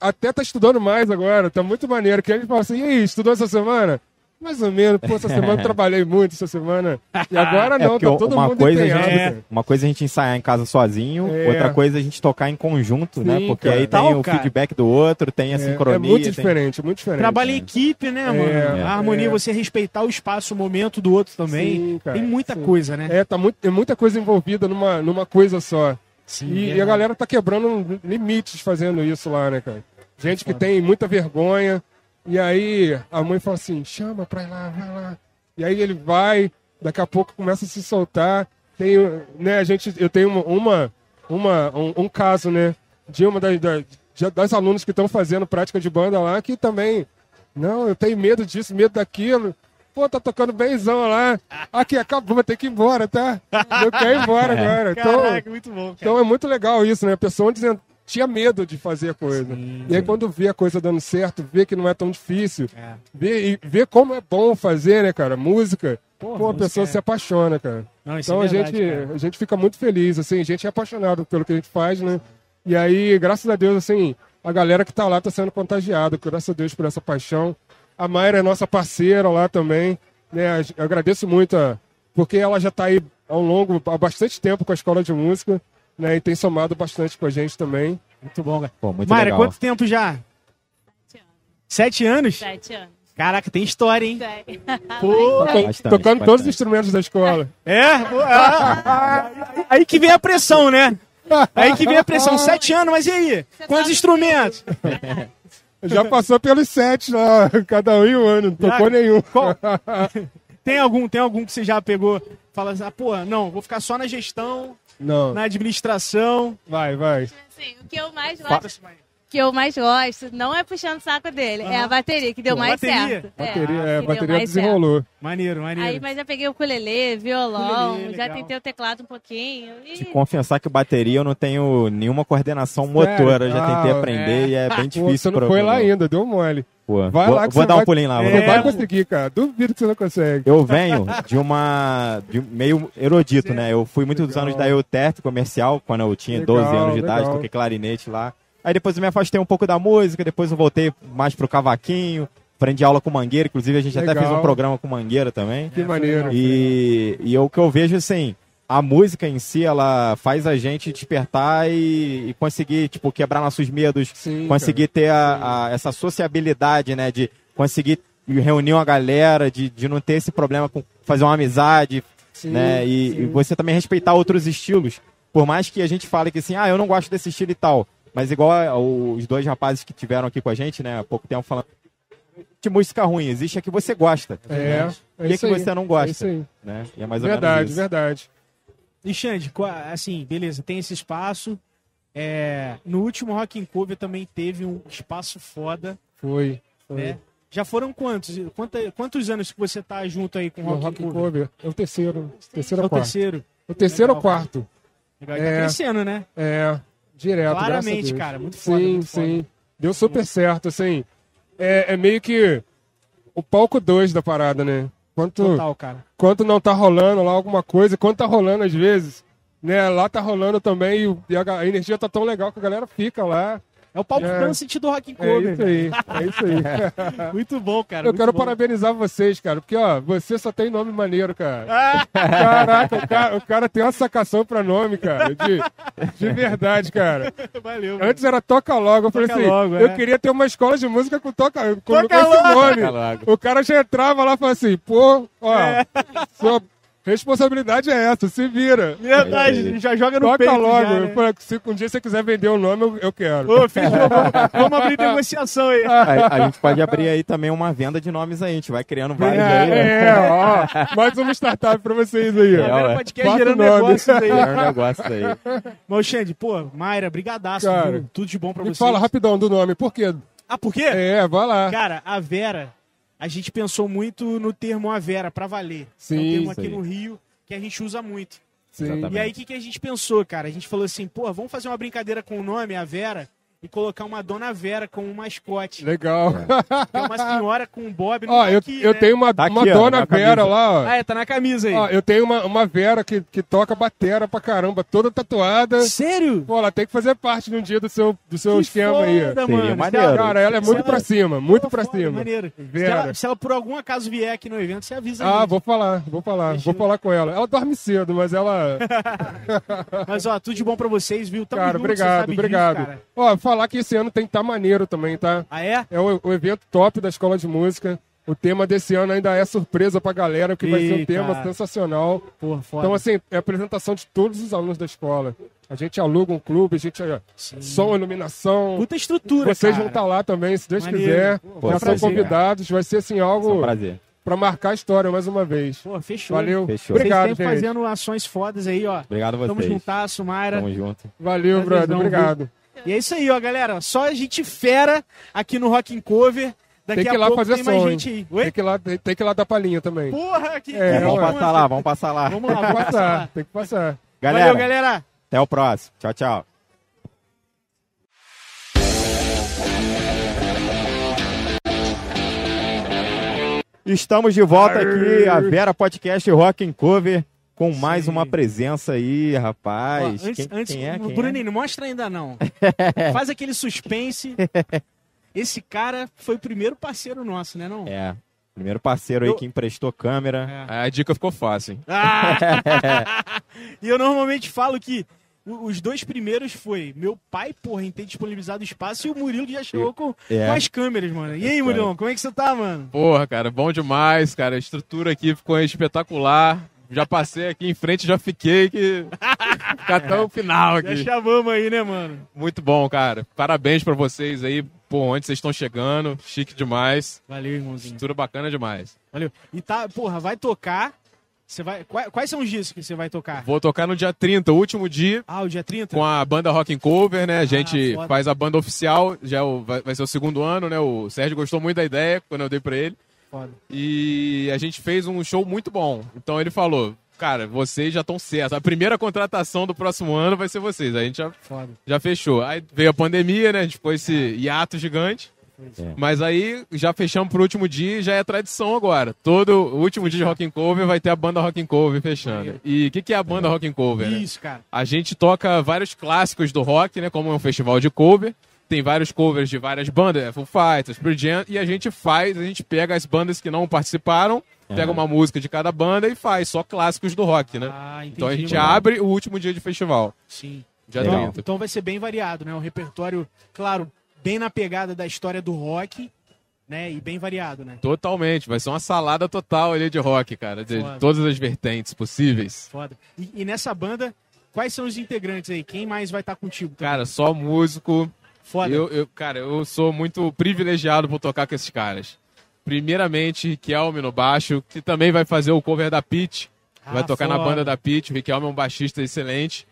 Speaker 7: até tá estudando mais agora, tá muito maneiro. Que a gente fala assim, e aí, estudou essa semana? Mais ou menos, pô, essa semana eu trabalhei muito, essa semana. E agora
Speaker 1: É
Speaker 7: não,
Speaker 1: porque
Speaker 7: tá todo
Speaker 1: uma
Speaker 7: mundo
Speaker 1: coisa, a
Speaker 7: empenhado,
Speaker 1: gente,
Speaker 7: cara.
Speaker 1: uma coisa é a gente ensaiar em casa sozinho,
Speaker 7: É.
Speaker 1: outra coisa é a gente tocar em conjunto, né?
Speaker 7: Sim,
Speaker 1: Porque
Speaker 7: cara.
Speaker 1: aí tem
Speaker 2: Tal,
Speaker 1: o
Speaker 2: cara.
Speaker 1: feedback do outro, tem a
Speaker 7: É,
Speaker 1: sincronia.
Speaker 7: É muito
Speaker 1: tem-
Speaker 7: diferente, muito diferente.
Speaker 2: Trabalha em equipe, né, mano?
Speaker 7: É,
Speaker 2: a harmonia,
Speaker 7: é.
Speaker 2: você respeitar o espaço, o um momento do outro também.
Speaker 7: Sim, cara,
Speaker 2: Tem muita
Speaker 7: sim.
Speaker 2: coisa, né?
Speaker 7: É, tá muito, tem muita coisa envolvida numa, numa coisa só.
Speaker 2: Sim,
Speaker 7: E, e a
Speaker 2: verdade.
Speaker 7: galera tá quebrando limites fazendo isso lá, né, cara? Gente que tem muita vergonha. E aí a mãe fala assim: chama pra ir lá, vai lá. E aí ele vai, daqui a pouco começa a se soltar. Tem, né, a gente, eu tenho uma, uma, uma- um, um caso, né, de uma das, das, de- das alunos que estão fazendo prática de banda lá, que também, não, eu tenho medo disso, medo daquilo. pô, tá tocando benzão lá. Aqui, acabou, vou ter que ir embora, tá? Eu quero ir embora agora. Então,
Speaker 2: Caraca, muito bom, cara.
Speaker 7: então é muito legal isso, né? A pessoa antes tinha medo de fazer a coisa. e aí quando vê a coisa dando certo, vê que não é tão difícil,
Speaker 2: É.
Speaker 7: vê, e vê como é bom fazer, né, cara? Música.
Speaker 2: Pô,
Speaker 7: Pô, a
Speaker 2: música
Speaker 7: pessoa
Speaker 2: é-
Speaker 7: se apaixona, cara.
Speaker 2: Não, isso
Speaker 7: Então
Speaker 2: é
Speaker 7: a,
Speaker 2: verdade,
Speaker 7: gente,
Speaker 2: cara.
Speaker 7: a gente fica muito feliz, assim, a gente é apaixonado pelo que a gente faz, né? E aí, graças a Deus, assim, a galera que tá lá tá sendo contagiada, graças a Deus por essa paixão. A Mayra é nossa parceira lá também, né? Eu agradeço muito, a- porque ela já tá aí ao longo, há bastante tempo com a escola de música, né? E tem somado bastante com a gente também.
Speaker 2: Muito bom, cara.
Speaker 1: Pô, muito
Speaker 2: Mara,
Speaker 1: legal.
Speaker 2: quanto tempo já? Sete anos?
Speaker 8: Sete anos.
Speaker 2: Caraca, tem história, hein?
Speaker 8: Sete. assim,
Speaker 2: Pô.
Speaker 1: Bastante,
Speaker 7: Tá Tocando
Speaker 1: bastante.
Speaker 7: todos os instrumentos da escola.
Speaker 2: É? Pô, ah, aí- Aí que vem a pressão, né? Aí que vem a pressão. Sete anos, mas e aí? Quantos instrumentos?
Speaker 7: Já passou pelos sete lá, cada um em um ano, não tocou
Speaker 2: Já-
Speaker 7: nenhum.
Speaker 2: Tem algum, tem algum que você já pegou? Fala assim, ah, pô, não, vou ficar só na gestão,
Speaker 7: Não,
Speaker 2: na administração.
Speaker 7: vai, vai.
Speaker 8: Assim, o que eu mais gosto, o que eu mais gosto, não é puxando o saco dele, é a bateria, que deu
Speaker 2: Pô,
Speaker 8: mais
Speaker 2: bateria.
Speaker 8: certo.
Speaker 7: Bateria,
Speaker 8: a
Speaker 7: é,
Speaker 8: que deu
Speaker 7: bateria
Speaker 8: mais certo.
Speaker 7: desenrolou.
Speaker 2: Maneiro, maneiro.
Speaker 8: Aí, mas já peguei o ukulele, violão,
Speaker 2: Ukulele,
Speaker 8: já
Speaker 2: legal.
Speaker 8: tentei o teclado um pouquinho. E...
Speaker 1: Te confessar que bateria eu não tenho nenhuma coordenação motora, eu já tentei
Speaker 7: Ah,
Speaker 1: aprender e é bem
Speaker 7: Pô,
Speaker 1: difícil.
Speaker 7: você não
Speaker 1: pra-
Speaker 7: foi lá ainda, deu mole.
Speaker 1: Pô,
Speaker 7: Vai
Speaker 1: vou
Speaker 7: lá que
Speaker 1: vou
Speaker 7: você
Speaker 1: dar um
Speaker 7: vai-
Speaker 1: pulinho lá. vou
Speaker 2: É,
Speaker 7: Você
Speaker 1: dar um
Speaker 7: vai
Speaker 1: pulinho.
Speaker 7: conseguir, cara. Duvido que você não consegue.
Speaker 1: Eu venho de uma. de um- meio erudito, né? Eu fui muitos
Speaker 7: Legal.
Speaker 1: anos da EUTERP comercial, quando eu tinha
Speaker 7: Legal,
Speaker 1: 12 anos de idade,
Speaker 7: legal.
Speaker 1: toquei clarinete lá. Aí depois eu me afastei um pouco da música, depois eu voltei mais pro cavaquinho, aprendi aula com mangueira, inclusive a gente até
Speaker 7: Legal.
Speaker 1: fez um programa com mangueira também.
Speaker 7: Que maneiro.
Speaker 1: E, e o que eu vejo, assim, a música em si, ela faz a gente despertar e, e conseguir, tipo, quebrar nossos medos,
Speaker 7: Sim,
Speaker 1: conseguir ter a, a- essa sociabilidade, né? De conseguir reunir uma galera, de, de não ter esse problema com fazer uma amizade,
Speaker 7: Sim,
Speaker 1: né? E,
Speaker 7: sim.
Speaker 1: e você também respeitar outros estilos. Por mais que a gente fale que assim, ah, eu não gosto desse estilo e tal. Mas igual a- o- os dois rapazes que tiveram aqui com a gente, né, há pouco tempo falando de música ruim, existe a que você gosta,
Speaker 7: É,
Speaker 1: E
Speaker 7: é
Speaker 1: a
Speaker 7: isso
Speaker 1: que
Speaker 7: aí.
Speaker 1: você não
Speaker 7: É isso
Speaker 1: gosta,
Speaker 7: aí.
Speaker 1: né? E é mais ou menos
Speaker 7: Verdade,
Speaker 1: isso.
Speaker 7: verdade.
Speaker 2: E Xande, qua- assim, beleza, tem esse espaço. É, no último Rock in Cove também teve um espaço foda,
Speaker 7: Foi. foi.
Speaker 2: né? Já foram quantos? Quanta- quantos anos que você tá junto aí com o
Speaker 7: No um
Speaker 2: Rock,
Speaker 7: Rock
Speaker 2: in
Speaker 7: and
Speaker 2: Cove?
Speaker 7: Cover. É o terceiro.
Speaker 2: É
Speaker 7: Terceiro
Speaker 2: o
Speaker 7: ou quarto?
Speaker 2: terceiro.
Speaker 7: O terceiro ou
Speaker 2: Legal.
Speaker 7: quarto?
Speaker 2: Legal, e tá
Speaker 7: É.
Speaker 2: crescendo, né?
Speaker 7: É, direto. graças a
Speaker 2: Claramente,
Speaker 7: Deus.
Speaker 2: cara, muito foda,
Speaker 7: Sim,
Speaker 2: muito foda.
Speaker 7: sim. Deu super certo, assim. É, é meio que o palco 2 da parada, né? Quanto,
Speaker 2: Total, cara.
Speaker 7: quando não tá rolando lá alguma coisa, quando tá rolando às vezes, né? Lá tá rolando também e o- e a, ga- a energia tá tão legal que a galera fica lá.
Speaker 2: É o palco
Speaker 7: É.
Speaker 2: dance do Rock in
Speaker 7: É
Speaker 2: Cove.
Speaker 7: isso aí, é isso aí.
Speaker 2: Muito bom, cara.
Speaker 7: Eu
Speaker 2: muito
Speaker 7: quero
Speaker 2: bom.
Speaker 7: parabenizar vocês, cara, porque ó, você só tem nome maneiro, cara. Caraca, o cara, o cara tem uma sacação pra nome, cara, de, de verdade, cara.
Speaker 2: Valeu.
Speaker 7: Antes era Toca Logo, eu falei
Speaker 2: Toca
Speaker 7: assim,
Speaker 2: Logo,
Speaker 7: eu
Speaker 2: é.
Speaker 7: queria ter uma escola de música com, toca, com,
Speaker 2: Toca
Speaker 7: com esse
Speaker 2: Logo.
Speaker 7: nome.
Speaker 1: Toca Logo.
Speaker 7: O cara já entrava lá e falava assim, pô, ó, sua responsabilidade é essa, se vira.
Speaker 1: É
Speaker 2: Verdade, já joga no
Speaker 7: Toca
Speaker 2: peito.
Speaker 7: logo.
Speaker 2: já,
Speaker 7: Eu
Speaker 2: né?
Speaker 7: falei, se um dia você quiser vender o nome, eu, eu quero.
Speaker 2: Ô, filho, vamos, vamos abrir negociação aí.
Speaker 1: É, A, a gente pode abrir aí também uma venda de nomes aí, a gente vai criando
Speaker 7: é,
Speaker 1: vários aí. né?
Speaker 7: é, ó. Mais uma startup pra vocês aí.
Speaker 1: É,
Speaker 7: ó.
Speaker 1: ó.
Speaker 2: Galera, podcast
Speaker 7: Bota o
Speaker 2: gerando
Speaker 7: nome.
Speaker 2: negócios aí.
Speaker 1: Criando um negócio aí.
Speaker 2: Mas, Xande, pô, Mayra, brigadaço,
Speaker 7: Cara,
Speaker 2: viu? Tudo de bom pra
Speaker 7: Me
Speaker 2: vocês.
Speaker 7: fala rapidão do nome, por quê?
Speaker 2: Ah, por quê?
Speaker 7: É, vai lá.
Speaker 2: Cara, a Vera, a gente pensou muito no termo a Vera, pra valer. é um
Speaker 7: Sim,
Speaker 2: termo
Speaker 1: isso
Speaker 2: aqui
Speaker 1: aí.
Speaker 2: no Rio que a gente usa muito.
Speaker 7: Sim.
Speaker 1: Exatamente.
Speaker 2: E aí, o que, que a gente pensou, cara? A gente falou assim, pô, vamos fazer uma brincadeira com o nome, a Vera, e colocar uma Dona Vera como um mascote.
Speaker 7: Legal.
Speaker 2: Que é uma senhora com um Bob. não
Speaker 7: Ó,
Speaker 2: tá
Speaker 7: eu,
Speaker 2: aqui,
Speaker 7: eu
Speaker 2: né?
Speaker 7: tenho uma,
Speaker 1: Tá aqui,
Speaker 7: uma
Speaker 1: ó,
Speaker 7: dona
Speaker 1: na
Speaker 7: Vera
Speaker 1: camisa.
Speaker 7: lá, ó.
Speaker 2: Ah, é, tá na camisa aí.
Speaker 7: Ó, eu tenho uma, uma Vera que, que toca batera pra caramba, toda tatuada.
Speaker 2: Sério?
Speaker 7: Pô, ela tem que fazer parte de um dia do seu, do seu esquema aí. ó.
Speaker 2: foda,
Speaker 1: Seria
Speaker 2: mano.
Speaker 1: maneiro.
Speaker 7: Cara, ela é muito pra cima, muito
Speaker 2: Pô,
Speaker 7: pra
Speaker 2: foda,
Speaker 7: cima.
Speaker 2: Maneiro. Se
Speaker 7: Vera.
Speaker 2: ela, se ela por algum acaso vier aqui no evento, você avisa
Speaker 7: Ah,
Speaker 2: aí.
Speaker 7: vou falar, vou falar,
Speaker 2: Fechou.
Speaker 7: vou falar com ela. Ela dorme cedo, mas ela.
Speaker 2: Mas, ó, tudo de bom pra vocês, viu? Tamo
Speaker 7: cara,
Speaker 2: junto, você
Speaker 7: obrigado,
Speaker 2: sabe disso,
Speaker 7: obrigado.
Speaker 2: cara.
Speaker 7: Ó, falar que esse ano tem que tá maneiro também, tá?
Speaker 2: Ah, é?
Speaker 7: É o, o evento top da escola de música. O tema desse ano ainda é surpresa pra galera, porque vai ser um
Speaker 2: Ih,
Speaker 7: tema
Speaker 2: cara.
Speaker 7: sensacional.
Speaker 2: Porra, foda.
Speaker 7: Então, assim, é a apresentação de todos os alunos da escola. A gente aluga um clube, a gente. ó, Som, iluminação.
Speaker 2: Puta estrutura,
Speaker 7: Vocês
Speaker 2: cara.
Speaker 7: vão estar lá também, se Deus
Speaker 2: Maneiro.
Speaker 7: quiser.
Speaker 1: Pô,
Speaker 7: Já são
Speaker 1: prazer,
Speaker 7: convidados. Vai ser, assim,
Speaker 1: Foi um
Speaker 7: algo
Speaker 1: prazer.
Speaker 7: pra marcar a história mais uma vez.
Speaker 2: é Pô, fechou.
Speaker 7: Valeu.
Speaker 1: Fechou.
Speaker 7: Obrigado,
Speaker 2: Vocês
Speaker 7: gente.
Speaker 2: têm fazendo ações fodas aí, ó.
Speaker 1: Obrigado a
Speaker 2: Tamo
Speaker 1: vocês.
Speaker 2: juntasso, Mayra.
Speaker 1: Tamo junto.
Speaker 7: Valeu,
Speaker 2: Prazerzão,
Speaker 7: brother. Obrigado.
Speaker 2: E é isso aí, ó, galera. Só a gente fera aqui no Rock in Cover. Daqui
Speaker 7: que ir
Speaker 2: a
Speaker 7: lá
Speaker 2: pouco
Speaker 7: fazer
Speaker 2: tem mais
Speaker 7: som,
Speaker 2: gente aí.
Speaker 7: Tem
Speaker 2: Oi?
Speaker 7: que ir lá, tem, tem que ir lá dar palhinha também.
Speaker 2: Porra, que.
Speaker 7: É,
Speaker 1: vamos
Speaker 7: ué.
Speaker 1: passar lá, vamos passar lá.
Speaker 2: Vamos lá,
Speaker 7: Tem que
Speaker 2: vamos passar. lá.
Speaker 7: passar, tem que passar.
Speaker 1: Galera,
Speaker 2: Valeu, galera.
Speaker 1: até o próximo. Tchau, tchau. Estamos de volta aqui, a Vera Podcast Rock and Cover, com mais
Speaker 2: Sim.
Speaker 1: uma presença aí,
Speaker 2: Ó,
Speaker 1: rapaz.
Speaker 2: antes,
Speaker 1: quem,
Speaker 2: antes,
Speaker 1: quem é? Quem
Speaker 2: Bruninho, não mostra ainda não. Faz aquele suspense. Esse cara foi o primeiro parceiro nosso, né, não?
Speaker 1: é? é, primeiro parceiro aí
Speaker 2: Eu- É.
Speaker 1: que emprestou câmera.
Speaker 3: A dica ficou fácil, hein?
Speaker 2: Ah! e eu normalmente falo que o- os dois primeiros foi meu pai, porra, em ter disponibilizado espaço e o Murilo já chegou com,
Speaker 1: É.
Speaker 2: com as câmeras, mano. E aí, Murilão, como é que você tá, mano?
Speaker 9: Porra, cara, bom demais, cara. A estrutura aqui ficou espetacular. Já passei aqui em frente, já fiquei que ficar até o final
Speaker 2: Já
Speaker 9: aqui.
Speaker 2: chamamos aí, né, mano?
Speaker 9: Muito bom, cara. Parabéns pra vocês aí, por onde vocês estão chegando. Chique demais.
Speaker 2: Valeu, irmãozinho.
Speaker 9: Estrutura bacana demais.
Speaker 2: Valeu. E tá, porra, vai tocar. Você vai. Quais, quais são os dias que você vai tocar?
Speaker 9: Vou tocar no dia 30, o último dia,
Speaker 2: Ah, o dia 30?
Speaker 9: com a banda Rock and Cover, né? A gente
Speaker 2: foda.
Speaker 9: faz a banda oficial, já é o- vai vai ser o segundo ano, né? O Sérgio gostou muito da ideia quando eu dei pra ele.
Speaker 2: Foda.
Speaker 9: E a gente fez um show muito bom. Então ele falou: Cara, vocês já estão certos. A primeira contratação do próximo ano vai ser vocês. A gente já,
Speaker 2: Foda.
Speaker 9: já fechou. Aí veio a pandemia, né? A gente ficou esse hiato gigante.
Speaker 1: É.
Speaker 9: Mas aí já fechamos pro último dia e já é tradição agora. Todo o último dia de Rock and Cover vai ter a banda Rock and Cover fechando. E o que, que é a banda Rock and Cover? né?
Speaker 2: Isso, cara.
Speaker 9: A gente toca vários clássicos do rock, né? Como é um festival de cover. Tem vários covers de várias bandas, é, Foo Fighters, Pearl Jam, e a gente faz, a gente pega as bandas que não participaram,
Speaker 2: É.
Speaker 9: pega uma música de cada banda e faz só clássicos do rock, né?
Speaker 2: Ah, entendi.
Speaker 9: então a gente
Speaker 2: mano.
Speaker 9: abre o último dia de festival,
Speaker 2: Sim.
Speaker 9: dia
Speaker 1: Legal.
Speaker 9: 30.
Speaker 2: Então vai ser bem variado, né? Um repertório, claro, bem na pegada da história do rock, né? E bem variado, né?
Speaker 9: Totalmente, vai ser uma salada total ali de rock, cara, de
Speaker 2: Foda.
Speaker 9: todas as vertentes possíveis.
Speaker 2: Foda. E, e nessa banda, quais são os integrantes aí? Quem mais vai estar contigo?
Speaker 9: Cara, só músico,
Speaker 2: Foda.
Speaker 9: Eu, eu- cara, eu sou muito privilegiado por tocar com esses caras. Primeiramente, Riquelme no baixo, que também vai fazer o cover da Pitch. vai
Speaker 2: Ah,
Speaker 9: tocar na
Speaker 2: foda.
Speaker 9: banda da Pitch. O Riquelme é um baixista excelente.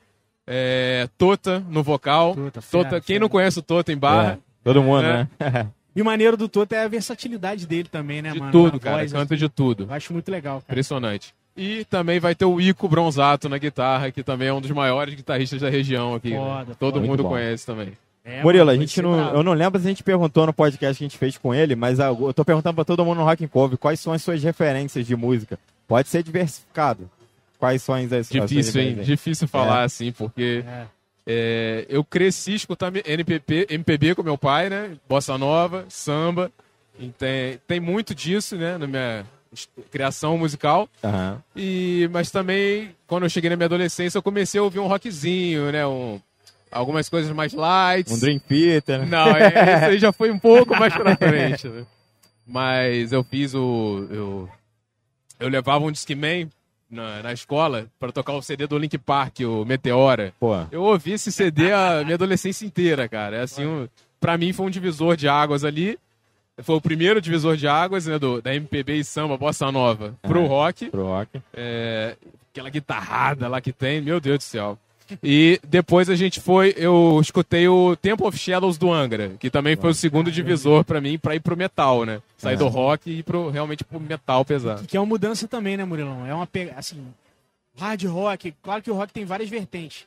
Speaker 9: É, Tota no vocal.
Speaker 2: Tota,
Speaker 9: Tota,
Speaker 2: fera,
Speaker 9: quem
Speaker 2: fera.
Speaker 9: não conhece o Tota em barra?
Speaker 1: Todo mundo,
Speaker 9: É.
Speaker 1: né?
Speaker 2: E o maneiro do Toto é a versatilidade dele também, né,
Speaker 9: de
Speaker 2: mano?
Speaker 9: tudo,
Speaker 2: Na
Speaker 9: cara.
Speaker 2: voz,
Speaker 9: canta
Speaker 2: assim.
Speaker 9: de tudo.
Speaker 2: Eu acho muito legal, cara.
Speaker 9: Impressionante. E também vai ter o Ico Bronzato na guitarra, que também é um dos maiores guitarristas da região aqui. né?
Speaker 2: Foda,
Speaker 9: Todo
Speaker 1: foda. Muito
Speaker 9: mundo
Speaker 1: bom.
Speaker 9: conhece também.
Speaker 2: É,
Speaker 1: Murilo,
Speaker 2: mano,
Speaker 1: a
Speaker 2: vai
Speaker 1: gente
Speaker 2: ser
Speaker 1: não.
Speaker 2: brabo.
Speaker 1: Eu não lembro se a gente perguntou no podcast que a gente fez com ele, mas ah, eu tô perguntando pra todo mundo no Rock and Cover quais são as suas referências de música. Pode ser diversificado. Quais são as, as as suas
Speaker 9: Difícil, hein?
Speaker 1: referências? É.
Speaker 9: Difícil falar assim, porque
Speaker 2: É.
Speaker 9: É, eu cresci escutando NPP, MPB com meu pai, né? Bossa nova, samba. E Tem, tem muito disso, né? Na minha est- criação musical.
Speaker 1: Aham.
Speaker 9: E, mas também, quando eu cheguei na minha adolescência, eu comecei a ouvir um rockzinho, né? Um, algumas coisas mais light.
Speaker 1: Um Dream Theater, né?
Speaker 9: Não, é, isso aí já foi um pouco mais pra frente, né? Mas eu fiz o... Eu, eu levava um Discman na, na escola para tocar o CD do Link Park, o Meteora.
Speaker 1: Pô,
Speaker 9: Eu ouvi esse CD a minha adolescência inteira, cara. É assim, um, pra mim foi um divisor de águas ali. Foi o primeiro divisor de águas, né, do, da MPB e samba, bossa nova, pro
Speaker 1: Ah.
Speaker 9: rock.
Speaker 1: pro rock.
Speaker 9: É, aquela guitarrada lá que tem, meu Deus do céu. E depois a gente foi, eu escutei o Temple of Shadows do Angra, que também foi o segundo divisor pra mim, pra ir pro metal, né?
Speaker 1: É.
Speaker 9: Sair do rock e ir pro, realmente pro metal pesado.
Speaker 2: Que é uma mudança também, né, Murilão? É uma pega, assim, hard rock, claro que o rock tem várias vertentes.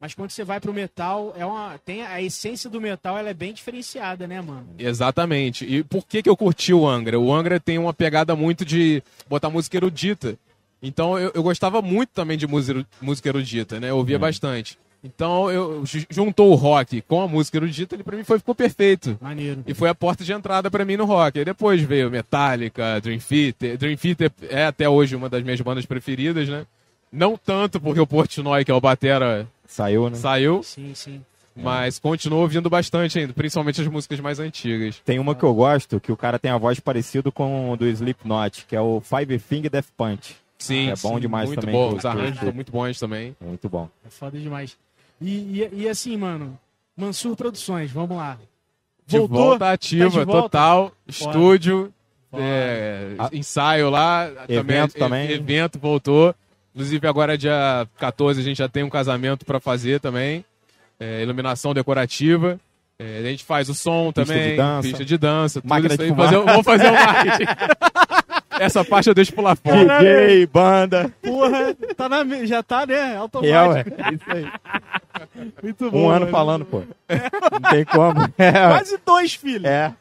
Speaker 2: Mas quando você vai pro metal, é uma tem a essência do metal, ela é bem diferenciada, né, mano?
Speaker 9: Exatamente. E por que, que eu curti o Angra? O Angra tem uma pegada muito de botar música erudita. Então eu, eu gostava muito também de música eru- música erudita, né? Eu ouvia bastante. Então eu ju- juntou o rock com a música erudita, ele pra mim foi ficou perfeito.
Speaker 2: Maneiro.
Speaker 9: E foi a porta de entrada pra mim no rock. Aí depois veio Metallica, Dream Theater. Dream Theater é até hoje uma das minhas bandas preferidas, né? Não tanto porque o Portnoy, que é o batera,
Speaker 1: Saiu, né?
Speaker 9: saiu,
Speaker 2: Sim, sim.
Speaker 9: mas continuou ouvindo bastante ainda, principalmente as músicas mais antigas.
Speaker 1: Tem uma que eu gosto, que o cara tem a voz parecida com o do Slipknot, que é o Five Finger Death Punch.
Speaker 9: Sim,
Speaker 1: É bom
Speaker 9: sim,
Speaker 1: demais
Speaker 9: muito
Speaker 1: também,
Speaker 9: Bom.
Speaker 1: que-
Speaker 9: Os arranjos
Speaker 1: que-
Speaker 9: são muito bons também.
Speaker 1: É Muito bom.
Speaker 2: É foda demais. E, e, e assim, mano, Mansur Produções, vamos lá.
Speaker 9: De
Speaker 2: Voltou?
Speaker 9: volta ativa,
Speaker 2: Tá de volta?
Speaker 9: total, estúdio,
Speaker 2: Foda.
Speaker 9: é,
Speaker 1: Ah.
Speaker 9: ensaio lá.
Speaker 1: Evento
Speaker 9: e-
Speaker 1: também.
Speaker 9: Evento voltou. Inclusive agora dia 14 a gente já tem um casamento pra fazer também. É, iluminação decorativa. É, a gente faz o som
Speaker 1: Pista
Speaker 9: também,
Speaker 1: de dança.
Speaker 9: pista de dança, tudo
Speaker 1: Máquina
Speaker 9: isso
Speaker 1: de
Speaker 9: aí.
Speaker 1: fumar.
Speaker 9: Fazer, o- vamos fazer o marketing. Essa parte eu deixo pular fora.
Speaker 1: DJ, banda.
Speaker 2: Porra, tá na, me- já tá, né?
Speaker 1: É,
Speaker 2: Automático.
Speaker 1: ué. Isso aí.
Speaker 2: Muito bom.
Speaker 1: Um ano
Speaker 9: né?
Speaker 2: mano.
Speaker 1: falando, pô. Não tem como. É,
Speaker 2: Quase dois, filho.
Speaker 1: é.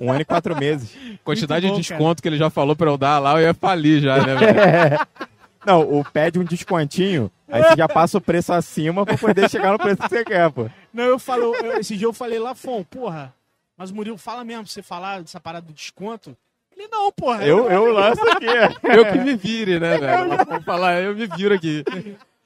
Speaker 1: Um ano e quatro meses.
Speaker 9: Quantidade
Speaker 2: Muito bom,
Speaker 9: de desconto que ele já falou pra eu dar lá, eu ia falir já, né, velho?
Speaker 1: Não, o pede um descontinho, aí você já passa o preço acima pra poder chegar no preço que você quer, pô.
Speaker 2: Não, eu falo, eu- esse dia eu falei, Lafon, porra, mas o Murilo fala mesmo, pra você falar dessa parada do desconto. Ele não, porra.
Speaker 1: Eu, eu lanço aqui. é.
Speaker 9: Eu que me vire, né, velho? Vamos falar, eu me viro aqui.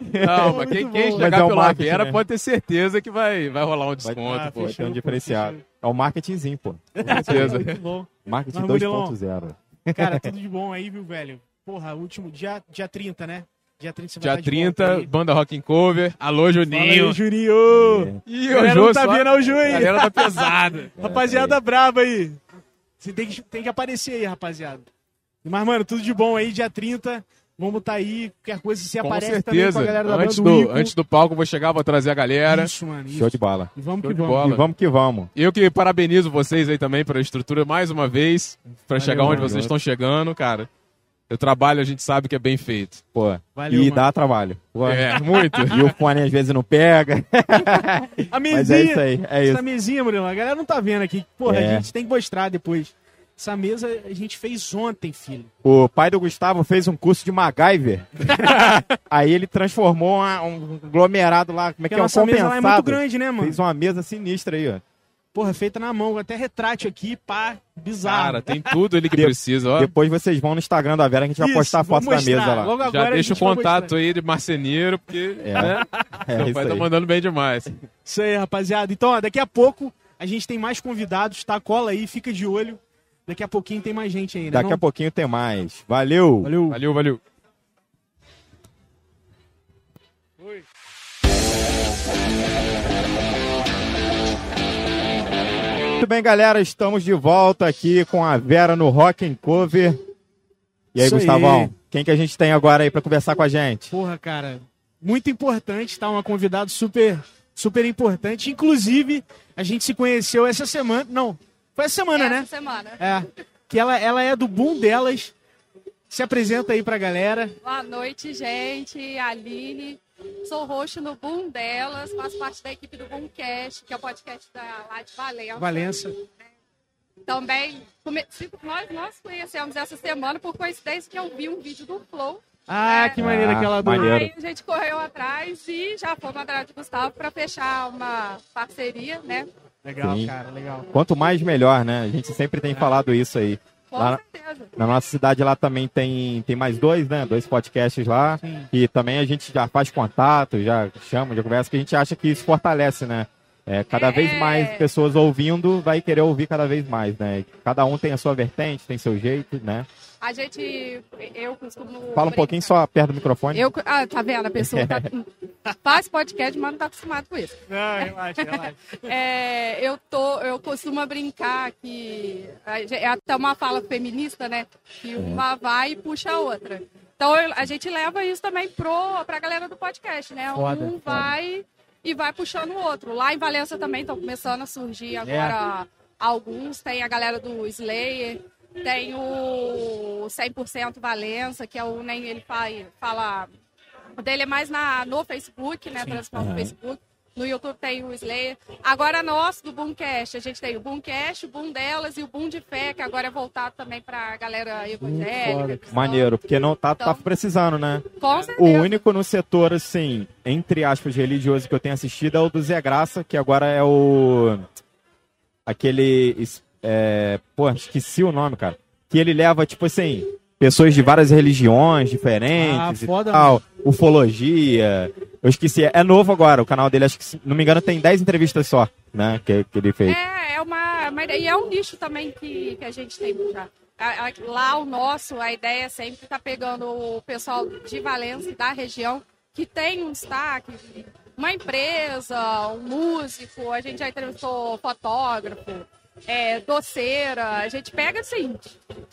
Speaker 9: Não, mas quem, quem
Speaker 1: Mas é
Speaker 9: chegar
Speaker 1: o
Speaker 9: pela
Speaker 1: marketing,
Speaker 9: Vera
Speaker 1: né?
Speaker 9: pode ter certeza que vai, vai rolar um
Speaker 1: Vai,
Speaker 9: desconto,
Speaker 2: ah,
Speaker 9: pô.
Speaker 1: Pô, tem um diferenciado. É o marketingzinho, pô.
Speaker 9: Com certeza.
Speaker 2: Muito bom.
Speaker 1: Marketing
Speaker 2: Mas, Murilão,
Speaker 1: 2.0.
Speaker 2: Cara, tudo de bom aí, viu, velho? Porra, último dia, dia 30, né? Dia 30 você vai
Speaker 9: Dia
Speaker 2: estar de volta
Speaker 9: 30,
Speaker 2: aí.
Speaker 9: banda Rock and Cover. Alô,
Speaker 2: Fala aí,
Speaker 9: Juninho.
Speaker 2: Juninho!
Speaker 1: É.
Speaker 9: Ih,
Speaker 2: Galera,
Speaker 9: Jô
Speaker 2: não tá
Speaker 9: só-
Speaker 2: vendo o Ju
Speaker 9: A
Speaker 2: aí.
Speaker 9: galera tá pesada.
Speaker 2: Rapaziada braba aí. Você tem que, tem que aparecer aí, rapaziada. Mas, mano, tudo de bom aí, dia 30. Vamos tá aí. Qualquer coisa, se
Speaker 9: Com
Speaker 2: aparece também com a
Speaker 9: certeza.
Speaker 2: galera da
Speaker 9: Antes
Speaker 2: banda
Speaker 9: do,
Speaker 2: Ico.
Speaker 9: antes do palco, eu vou chegar, vou trazer a galera.
Speaker 2: Isso, mano. Isso.
Speaker 1: Show de bola.
Speaker 2: E vamos
Speaker 9: Show
Speaker 2: que
Speaker 9: de
Speaker 2: vamos.
Speaker 1: E
Speaker 9: bola.
Speaker 1: vamos que vamos.
Speaker 9: Eu que parabenizo vocês aí também pela estrutura mais uma vez, pra chegar onde
Speaker 1: mano.
Speaker 9: vocês estão chegando, cara. O trabalho a gente sabe que é bem feito.
Speaker 1: Pô.
Speaker 2: Valeu,
Speaker 1: e
Speaker 2: mano.
Speaker 1: dá trabalho. Pô.
Speaker 9: É, muito.
Speaker 1: E o fone às vezes não pega.
Speaker 2: A
Speaker 1: Mas é
Speaker 2: mesinha,
Speaker 1: isso aí. É
Speaker 2: essa
Speaker 1: isso.
Speaker 2: mesinha, Murilo, a galera não tá vendo aqui. Porra,
Speaker 1: É.
Speaker 2: a gente tem que mostrar depois. Essa mesa a gente fez ontem, filho.
Speaker 1: O pai do Gustavo fez um curso de MacGyver. aí ele transformou uma- um aglomerado lá. Como é que
Speaker 2: Porque
Speaker 1: é?
Speaker 2: a
Speaker 1: Um
Speaker 2: nossa mesa lá é muito
Speaker 1: compensado.
Speaker 2: grande, né, mano?
Speaker 1: Fez uma mesa sinistra aí, ó.
Speaker 2: Porra, feita na mão. Até retrate aqui, pá, bizarro.
Speaker 9: Cara, tem tudo ele que
Speaker 1: De-
Speaker 9: precisa, ó.
Speaker 1: Depois vocês vão no Instagram da Vera, que a gente vai
Speaker 2: Isso,
Speaker 1: postar a
Speaker 2: vou
Speaker 1: foto da
Speaker 2: mostrar.
Speaker 1: mesa lá.
Speaker 2: Logo
Speaker 9: Já
Speaker 2: agora a
Speaker 9: deixa o
Speaker 2: gente vai
Speaker 9: contato
Speaker 2: mostrar.
Speaker 9: aí de marceneiro, porque
Speaker 1: É.
Speaker 9: né,
Speaker 1: É
Speaker 9: meu
Speaker 1: isso
Speaker 9: pai tá
Speaker 1: aí.
Speaker 9: mandando bem demais.
Speaker 2: Isso aí, rapaziada. Então, ó, daqui a pouco a gente tem mais convidados, tá? Cola aí, fica de olho. Daqui a pouquinho tem mais gente ainda.
Speaker 1: Daqui a pouquinho tem mais. Valeu.
Speaker 2: né? Valeu.
Speaker 9: Valeu, valeu.
Speaker 1: Muito bem, galera. Estamos de volta aqui com a Vera no Rock and Cover. E aí,
Speaker 2: Isso aí.
Speaker 1: Gustavão, quem que a gente tem agora aí pra conversar com a gente?
Speaker 2: Porra, cara, muito importante, tá? Uma convidada super, super importante. Inclusive, a gente se conheceu essa semana. Não, foi essa semana, né?
Speaker 8: Essa semana.
Speaker 2: É. Que ela, ela é do boom delas. Se apresenta aí pra galera.
Speaker 10: Boa noite, gente. Aline. Sou host no Boom Delas, faço parte da equipe do Boomcast, que é o podcast da, lá de Valença.
Speaker 2: Valença.
Speaker 10: Também, come- se- nós, nós conhecemos essa semana por coincidência que eu vi um vídeo do Flow.
Speaker 2: Ah, que maneira
Speaker 1: Ah,
Speaker 2: que ela do.
Speaker 1: maneiro.
Speaker 10: Aí a gente correu atrás e já fomos atrás de Gustavo para fechar uma parceria, né?
Speaker 2: Legal,
Speaker 1: Sim.
Speaker 2: cara, legal. É.
Speaker 1: Quanto mais, melhor, né? A gente sempre tem falado isso aí.
Speaker 10: Com
Speaker 1: Lá-
Speaker 10: certeza.
Speaker 1: Na nossa cidade lá também tem, tem mais dois, né? Dois podcasts lá.
Speaker 2: Sim.
Speaker 1: E também a gente já faz contato, já chama, já conversa, que a gente acha que isso fortalece, né? É, cada
Speaker 10: É.
Speaker 1: vez mais pessoas ouvindo, vai querer ouvir cada vez mais, né? Cada um tem a sua vertente, tem seu jeito, né?
Speaker 10: A gente, eu costumo.
Speaker 1: Fala um pouquinho só perto do microfone.
Speaker 10: Eu, ah, tá vendo? A pessoa tá, faz podcast, mas não tá acostumado com isso.
Speaker 2: Não, relaxa, relaxa.
Speaker 10: É, eu, tô, eu costumo brincar que a ge- é até uma fala feminista, né? Que uma vai e puxa a outra. Então eu- a gente leva isso também pro, pra galera do podcast, né?
Speaker 2: Foda,
Speaker 10: um
Speaker 2: foda.
Speaker 10: vai e vai puxando o outro. Lá em Valença também estão começando a surgir
Speaker 2: É.
Speaker 10: agora alguns. Tem a galera do Slayer, tem o 100% Valença, que é o nem ele faz, fala. O dele é mais na, no Facebook, né? Transforma no Facebook. No YouTube tem o Slayer. Agora nós do Boomcast, a gente tem o Boomcast, o Boom delas e o Boom de Fé, que agora é voltado também pra galera evangélica. cristã.
Speaker 1: Maneiro, porque não tá, tá
Speaker 10: Então.
Speaker 1: precisando, né?
Speaker 10: Com
Speaker 1: O
Speaker 10: certeza.
Speaker 1: único no setor, assim, entre aspas, religioso que eu tenho assistido é o do Zé Graça, que agora é o. Aquele. es- É... Pô, esqueci o nome, cara. Que ele leva, tipo assim, pessoas de várias religiões
Speaker 2: Ah,
Speaker 1: diferentes e
Speaker 2: foda,
Speaker 1: tal. Ufologia. Eu esqueci. É novo agora, o canal dele, acho que, se não me engano, tem 10 entrevistas só, né? Que, que ele fez.
Speaker 10: É, é uma, uma ideia- e é um nicho também que, que a gente tem já. A- a- Lá o nosso, a ideia é sempre tá pegando o pessoal de Valença, e da região, que tem um destaque, uma empresa, um músico, a gente já entrevistou fotógrafo, é, doceira, a gente pega assim,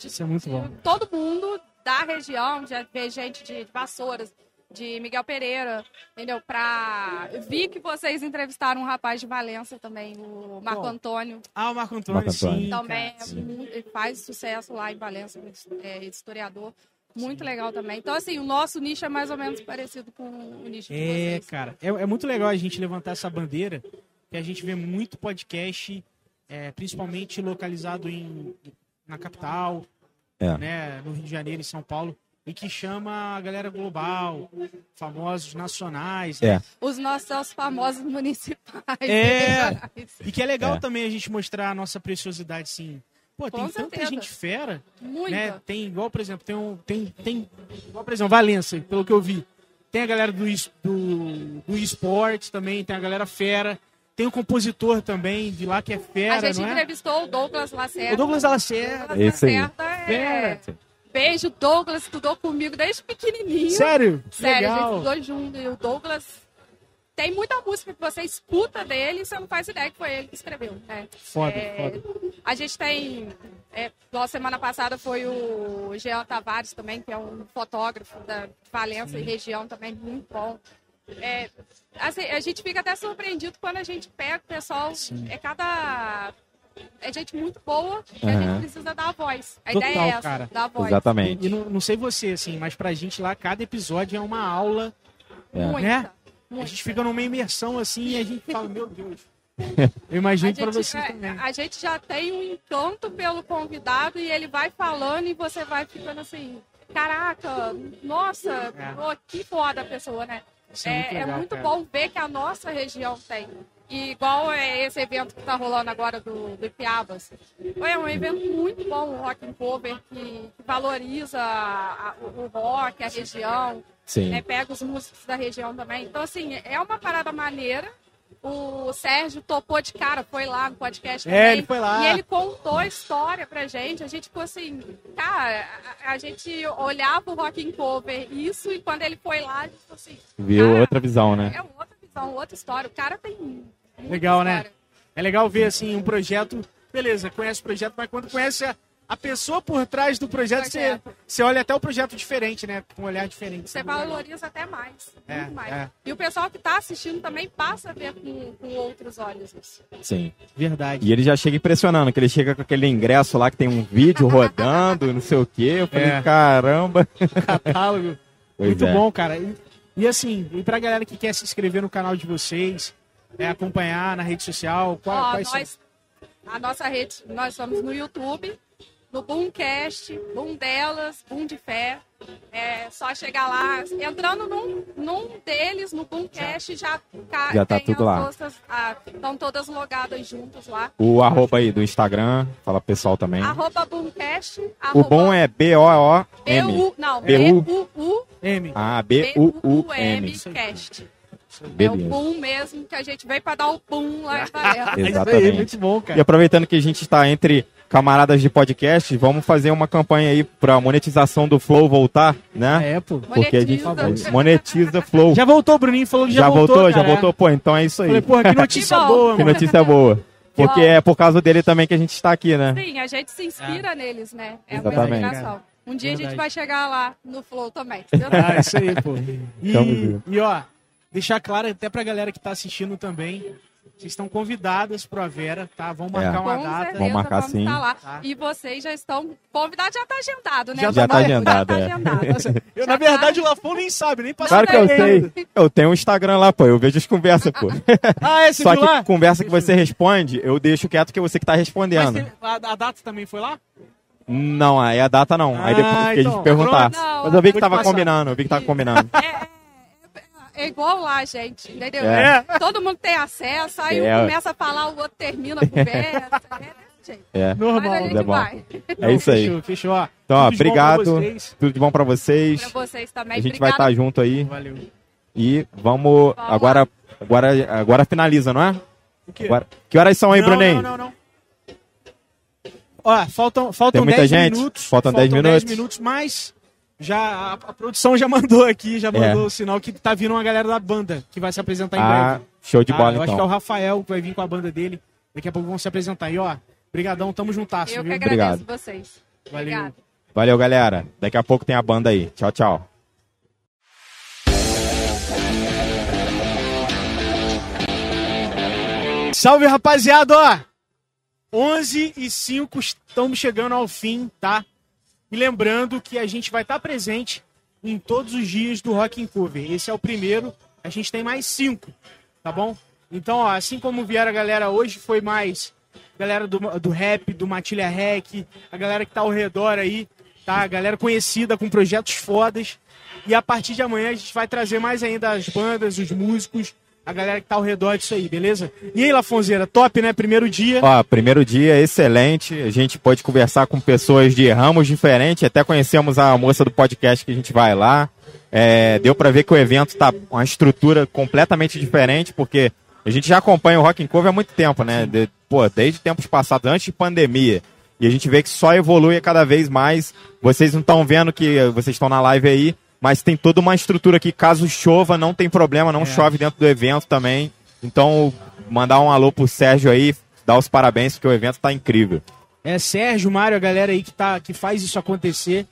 Speaker 2: Isso é muito bom.
Speaker 10: todo mundo da região, já vê gente de Vassouras, de Miguel Pereira, entendeu? Pra... Vi que vocês entrevistaram um rapaz de Valença também, o Marco
Speaker 2: Qual?
Speaker 10: Antônio.
Speaker 2: Ah, o Marco Antônio,
Speaker 11: Marco Antônio.
Speaker 2: sim.
Speaker 10: Também
Speaker 2: cara.
Speaker 10: é mu- ele faz sucesso lá em Valença, é historiador. Muito legal também. Então, assim, o nosso nicho é mais ou menos parecido com o nicho de vocês.
Speaker 2: É, cara. É, é muito legal a gente levantar essa bandeira, que a gente vê muito podcast, é, principalmente localizado em, na capital,
Speaker 11: É.
Speaker 2: né, no Rio de Janeiro e São Paulo, e que chama a galera global, famosos nacionais. né?
Speaker 11: É.
Speaker 10: Os nossos famosos municipais.
Speaker 2: É. E que é legal
Speaker 11: É.
Speaker 2: também a gente mostrar a nossa preciosidade, sim. Pô,
Speaker 10: Com
Speaker 2: tem tanta
Speaker 10: certeza.
Speaker 2: gente fera,
Speaker 10: Muita.
Speaker 2: né? Tem igual, por exemplo, tem um. Tem, tem, igual, por exemplo, Valença, pelo que eu vi. Tem a galera do, es- do, do esporte também, tem a galera fera. Tem o compositor também de lá que é
Speaker 10: A
Speaker 2: fera,
Speaker 10: gente
Speaker 2: não é?
Speaker 10: entrevistou o Douglas Lacerda.
Speaker 2: O Douglas Alacerda.
Speaker 11: Esse aí.
Speaker 10: Lacerda é...
Speaker 2: Fera.
Speaker 10: Beijo, Douglas, estudou comigo desde pequenininho.
Speaker 2: Sério?
Speaker 10: Sério, a gente
Speaker 2: Legal.
Speaker 10: estudou junto. E o Douglas... Tem muita música que você escuta dele e você não faz ideia que foi ele que escreveu. né?
Speaker 2: Foda,
Speaker 10: É,
Speaker 2: foda.
Speaker 10: A gente tem... É, igual semana passada foi o Jean Tavares também, que é um fotógrafo da Valença e região também, muito bom. É, assim, a gente fica até surpreendido quando a gente pega o pessoal. É cada. É gente muito boa e a
Speaker 11: Aham.
Speaker 10: gente precisa dar a voz. A
Speaker 2: Total,
Speaker 10: ideia é essa,
Speaker 2: cara.
Speaker 10: dar a voz.
Speaker 11: Exatamente.
Speaker 2: E, e não, não sei você, assim, mas pra gente lá, cada episódio é uma aula.
Speaker 11: É.
Speaker 10: Muita,
Speaker 2: Né? A
Speaker 10: muita.
Speaker 2: gente fica numa imersão assim e a gente fala, meu Deus. Eu imagino pra
Speaker 10: gente,
Speaker 2: você
Speaker 10: é,
Speaker 2: também.
Speaker 10: a gente já tem um encanto pelo convidado e ele vai falando e você vai ficando assim, caraca, nossa, pô, que foda a pessoa, né?
Speaker 2: É. Isso
Speaker 10: É,
Speaker 2: muito
Speaker 10: é
Speaker 2: legal,
Speaker 10: muito
Speaker 2: cara.
Speaker 10: bom ver que a nossa região tem. E igual é esse evento que tá rolando agora do, do Ipiabas. É um evento muito bom, o Rock and Cover, que valoriza a- o, o rock, a região,
Speaker 11: Sim.
Speaker 10: né, pega os músicos da região também. Então, assim, é uma parada maneira. O Sérgio topou de cara, foi lá no podcast
Speaker 2: É,
Speaker 10: também.
Speaker 2: ele foi lá.
Speaker 10: E ele contou a história pra gente. A gente ficou assim, cara, a, a gente olhava o Rock and Cover, isso, e quando ele foi lá, a gente ficou assim,
Speaker 1: Viu?
Speaker 10: Cara,
Speaker 1: Outra visão, né?
Speaker 10: é outra visão, outra história. O cara tem. muita
Speaker 2: Legal, né?
Speaker 10: história.
Speaker 2: É legal ver assim um projeto. Beleza, conhece o projeto, mas quando conhece a, a pessoa por trás do projeto, você,
Speaker 10: Projeto.
Speaker 2: você olha até o projeto diferente, né? Com um olhar diferente.
Speaker 10: Você valoriza até mais.
Speaker 2: É,
Speaker 10: muito mais.
Speaker 2: é.
Speaker 10: E o pessoal que tá assistindo também passa a ver com, com outros olhos isso.
Speaker 1: Sim.
Speaker 2: Verdade.
Speaker 1: E ele já chega impressionando, que ele chega com aquele ingresso lá que tem um vídeo rodando, não sei o quê. Eu falei,
Speaker 2: É.
Speaker 1: caramba.
Speaker 2: Catálogo.
Speaker 1: Pois
Speaker 2: Muito
Speaker 1: é.
Speaker 2: bom, cara. E, e assim, e pra galera que quer se inscrever no canal de vocês, é, acompanhar na rede social, qual,
Speaker 10: Ó,
Speaker 2: quais são-
Speaker 10: Ah, nós, a nossa rede, nós somos no YouTube, no Boomcast, Boom Delas, Boom de Fé. É só chegar lá, entrando num, num deles, no Boomcast, já, ca-
Speaker 1: Já tá
Speaker 10: tem
Speaker 1: tudo
Speaker 10: as
Speaker 1: lá.
Speaker 10: nossas- ah, Estão todas logadas juntas lá.
Speaker 1: O arroba aí do Instagram, fala pro pessoal também.
Speaker 10: Arroba Boomcast.
Speaker 1: O bom é B-O-O-M.
Speaker 10: BU, não,
Speaker 1: BU.
Speaker 10: B-U-U,
Speaker 2: M.
Speaker 1: Ah,
Speaker 10: B-U-U-M,
Speaker 1: B-U-U-M.
Speaker 10: Cast. É o
Speaker 1: Beleza.
Speaker 10: boom mesmo, que a gente veio pra dar o boom lá em Valença.
Speaker 2: É Isso aí,
Speaker 1: Exatamente.
Speaker 2: muito bom,
Speaker 1: E
Speaker 2: cara.
Speaker 1: aproveitando que a gente está entre camaradas de podcast, vamos fazer uma campanha aí pra monetização do Flow voltar, né?
Speaker 2: É, pô.
Speaker 1: Porque a gente
Speaker 10: Monetiza.
Speaker 1: monetiza Flow. Já,
Speaker 2: Já voltou, o Bruninho falou que já,
Speaker 1: voltou, já
Speaker 2: cara.
Speaker 1: voltou. Pô, então é isso aí.
Speaker 2: Falei, porra, que notícia
Speaker 10: Que bom.
Speaker 2: boa,
Speaker 1: Que
Speaker 2: mano.
Speaker 1: notícia boa. Porque é por causa dele também que a gente está aqui, né?
Speaker 10: Sim, a gente se inspira neles, né? É uma
Speaker 1: Exatamente.
Speaker 10: inspiração. Um dia a
Speaker 2: Verdade.
Speaker 10: gente vai chegar lá no Flow também.
Speaker 2: Ah, isso aí, pô.
Speaker 1: Tamo
Speaker 2: E,
Speaker 1: junto.
Speaker 2: e, ó, deixar claro até pra galera que tá assistindo também, vocês estão convidadas pro Avera, tá? Vamos marcar
Speaker 1: É.
Speaker 10: Com
Speaker 2: uma data.
Speaker 10: certeza
Speaker 1: Vamos marcar
Speaker 10: vamos
Speaker 1: sim.
Speaker 10: estar lá.
Speaker 2: Tá.
Speaker 10: E vocês já estão. Convidado já tá agendado, né?
Speaker 2: Já
Speaker 1: tá
Speaker 10: marcado,
Speaker 1: agendado,
Speaker 10: já
Speaker 1: é.
Speaker 10: tá agendado.
Speaker 2: Eu, na
Speaker 10: Já tá.
Speaker 2: verdade, o Lafon nem sabe, nem passou
Speaker 1: Claro que eu
Speaker 2: pra ele.
Speaker 1: sei. Eu tenho um Instagram lá, pô. Eu vejo as conversas, pô.
Speaker 2: Ah, é, você
Speaker 1: Só
Speaker 2: viu lá?
Speaker 1: que conversa que você responde, eu deixo quieto que é você que tá
Speaker 2: Mas
Speaker 1: respondendo.
Speaker 2: teve- a, a data também foi lá?
Speaker 1: Não, aí a data não. Aí depois eu
Speaker 2: Ah,
Speaker 1: fiquei
Speaker 2: então.
Speaker 1: de perguntar.
Speaker 10: Não,
Speaker 1: Mas eu vi que
Speaker 2: vou te
Speaker 1: tava
Speaker 2: passar.
Speaker 1: combinando, eu vi que tava combinando.
Speaker 10: É igual lá, gente, entendeu?
Speaker 1: É.
Speaker 10: Todo mundo tem acesso, aí
Speaker 1: É.
Speaker 10: um começa a falar, o outro termina a conversa. É, né, gente?
Speaker 1: É.
Speaker 10: Mas a
Speaker 2: Normal.
Speaker 10: gente
Speaker 1: Tá bom.
Speaker 10: vai.
Speaker 1: É isso aí.
Speaker 2: Fechou, fechou, ó.
Speaker 1: Então, ó,
Speaker 2: Tudo de bom pra
Speaker 1: obrigado.
Speaker 2: vocês.
Speaker 1: Tudo de bom pra vocês.
Speaker 10: Pra vocês também.
Speaker 1: A gente vai
Speaker 10: Obrigada
Speaker 1: estar junto aí.
Speaker 2: Valeu.
Speaker 1: E vamos.
Speaker 10: Vamos lá.
Speaker 1: Agora, agora, agora finaliza, não é?
Speaker 2: O quê?
Speaker 1: Agora- Que horas são aí,
Speaker 2: não,
Speaker 1: Bruninho?
Speaker 2: não, não, não. Ó, faltam, faltam
Speaker 1: Tem muita
Speaker 2: 10
Speaker 1: gente?
Speaker 2: minutos.
Speaker 1: Faltam 10 minutos.
Speaker 2: mas já, a, a produção já mandou aqui, já
Speaker 1: É.
Speaker 2: mandou o sinal que tá vindo uma galera da banda que vai se apresentar em
Speaker 1: Ah,
Speaker 2: breve.
Speaker 1: show de
Speaker 2: tá?
Speaker 1: bola,
Speaker 2: Eu acho que é o
Speaker 1: então.
Speaker 2: Rafael que vai vir com a banda dele. Daqui a pouco vão se apresentar. E ó, brigadão, tamo juntasso,
Speaker 10: Eu que
Speaker 2: viu?
Speaker 10: agradeço vocês.
Speaker 2: Valeu.
Speaker 10: Obrigada.
Speaker 1: Valeu, galera. Daqui a pouco tem a banda aí. Tchau, tchau.
Speaker 2: Salve, rapaziada, ó! 11 e 5 estamos chegando ao fim, tá? E lembrando que a gente vai estar presente em todos os dias do Rock in Cover. Esse é o primeiro, a gente tem mais cinco, tá bom? Então, ó, assim como vieram a galera hoje, foi mais galera do, do rap, do Matilha Rec, a galera que tá ao redor aí, tá? A galera conhecida com projetos fodas. E a partir de amanhã a gente vai trazer mais ainda as bandas, os músicos, a galera que tá ao redor disso aí, beleza? E aí, Lafonzeira, top, né? Primeiro dia.
Speaker 1: Ó, primeiro dia excelente. A gente pode conversar com pessoas de ramos diferentes. Até conhecemos a moça do podcast que a gente vai lá. É, deu para ver que o evento tá uma estrutura completamente diferente, porque a gente já acompanha o Rock in Cover há muito tempo, né? De- pô, desde tempos passados, antes de pandemia. E a gente vê que só evolui cada vez mais. Vocês não estão vendo que vocês estão na live aí, mas tem toda uma estrutura que caso chova, não tem problema, não chove dentro do evento também. Então, mandar um alô pro Sérgio aí, dar os parabéns, porque o evento tá incrível.
Speaker 2: É Sérgio, Mário, a galera aí que, tá, que faz isso acontecer.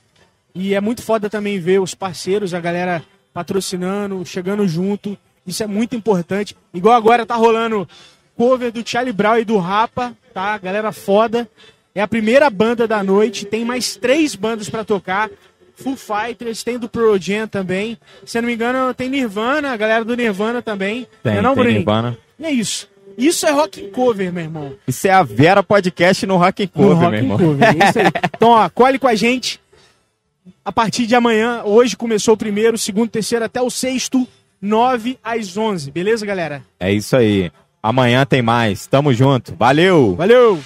Speaker 2: E é muito foda também ver os parceiros, a galera patrocinando, chegando junto. Isso é muito importante. Igual agora tá rolando cover do Charlie Brown e do Rapa, tá? Galera foda. É a primeira banda da noite. Tem mais três bandas pra tocar. Full Fighters, tem do Pearl Jam também. Se eu não me engano, tem Nirvana, a galera do Nirvana também.
Speaker 1: Tem,
Speaker 2: não, é não,
Speaker 1: tem
Speaker 2: Bruninho?
Speaker 1: Nirvana.
Speaker 2: E é isso. Isso é rock and cover, meu irmão.
Speaker 1: Isso é a Vera Podcast no Rock and Cover,
Speaker 2: No Rock
Speaker 1: meu
Speaker 2: in
Speaker 1: irmão.
Speaker 2: Cover, é isso aí. Então, ó, colhe com a gente. A partir de amanhã, hoje começou o primeiro, segundo, terceiro até o sexto, 9 às 11. Beleza, galera?
Speaker 1: É isso aí. Amanhã tem mais. Tamo junto. Valeu!
Speaker 2: Valeu!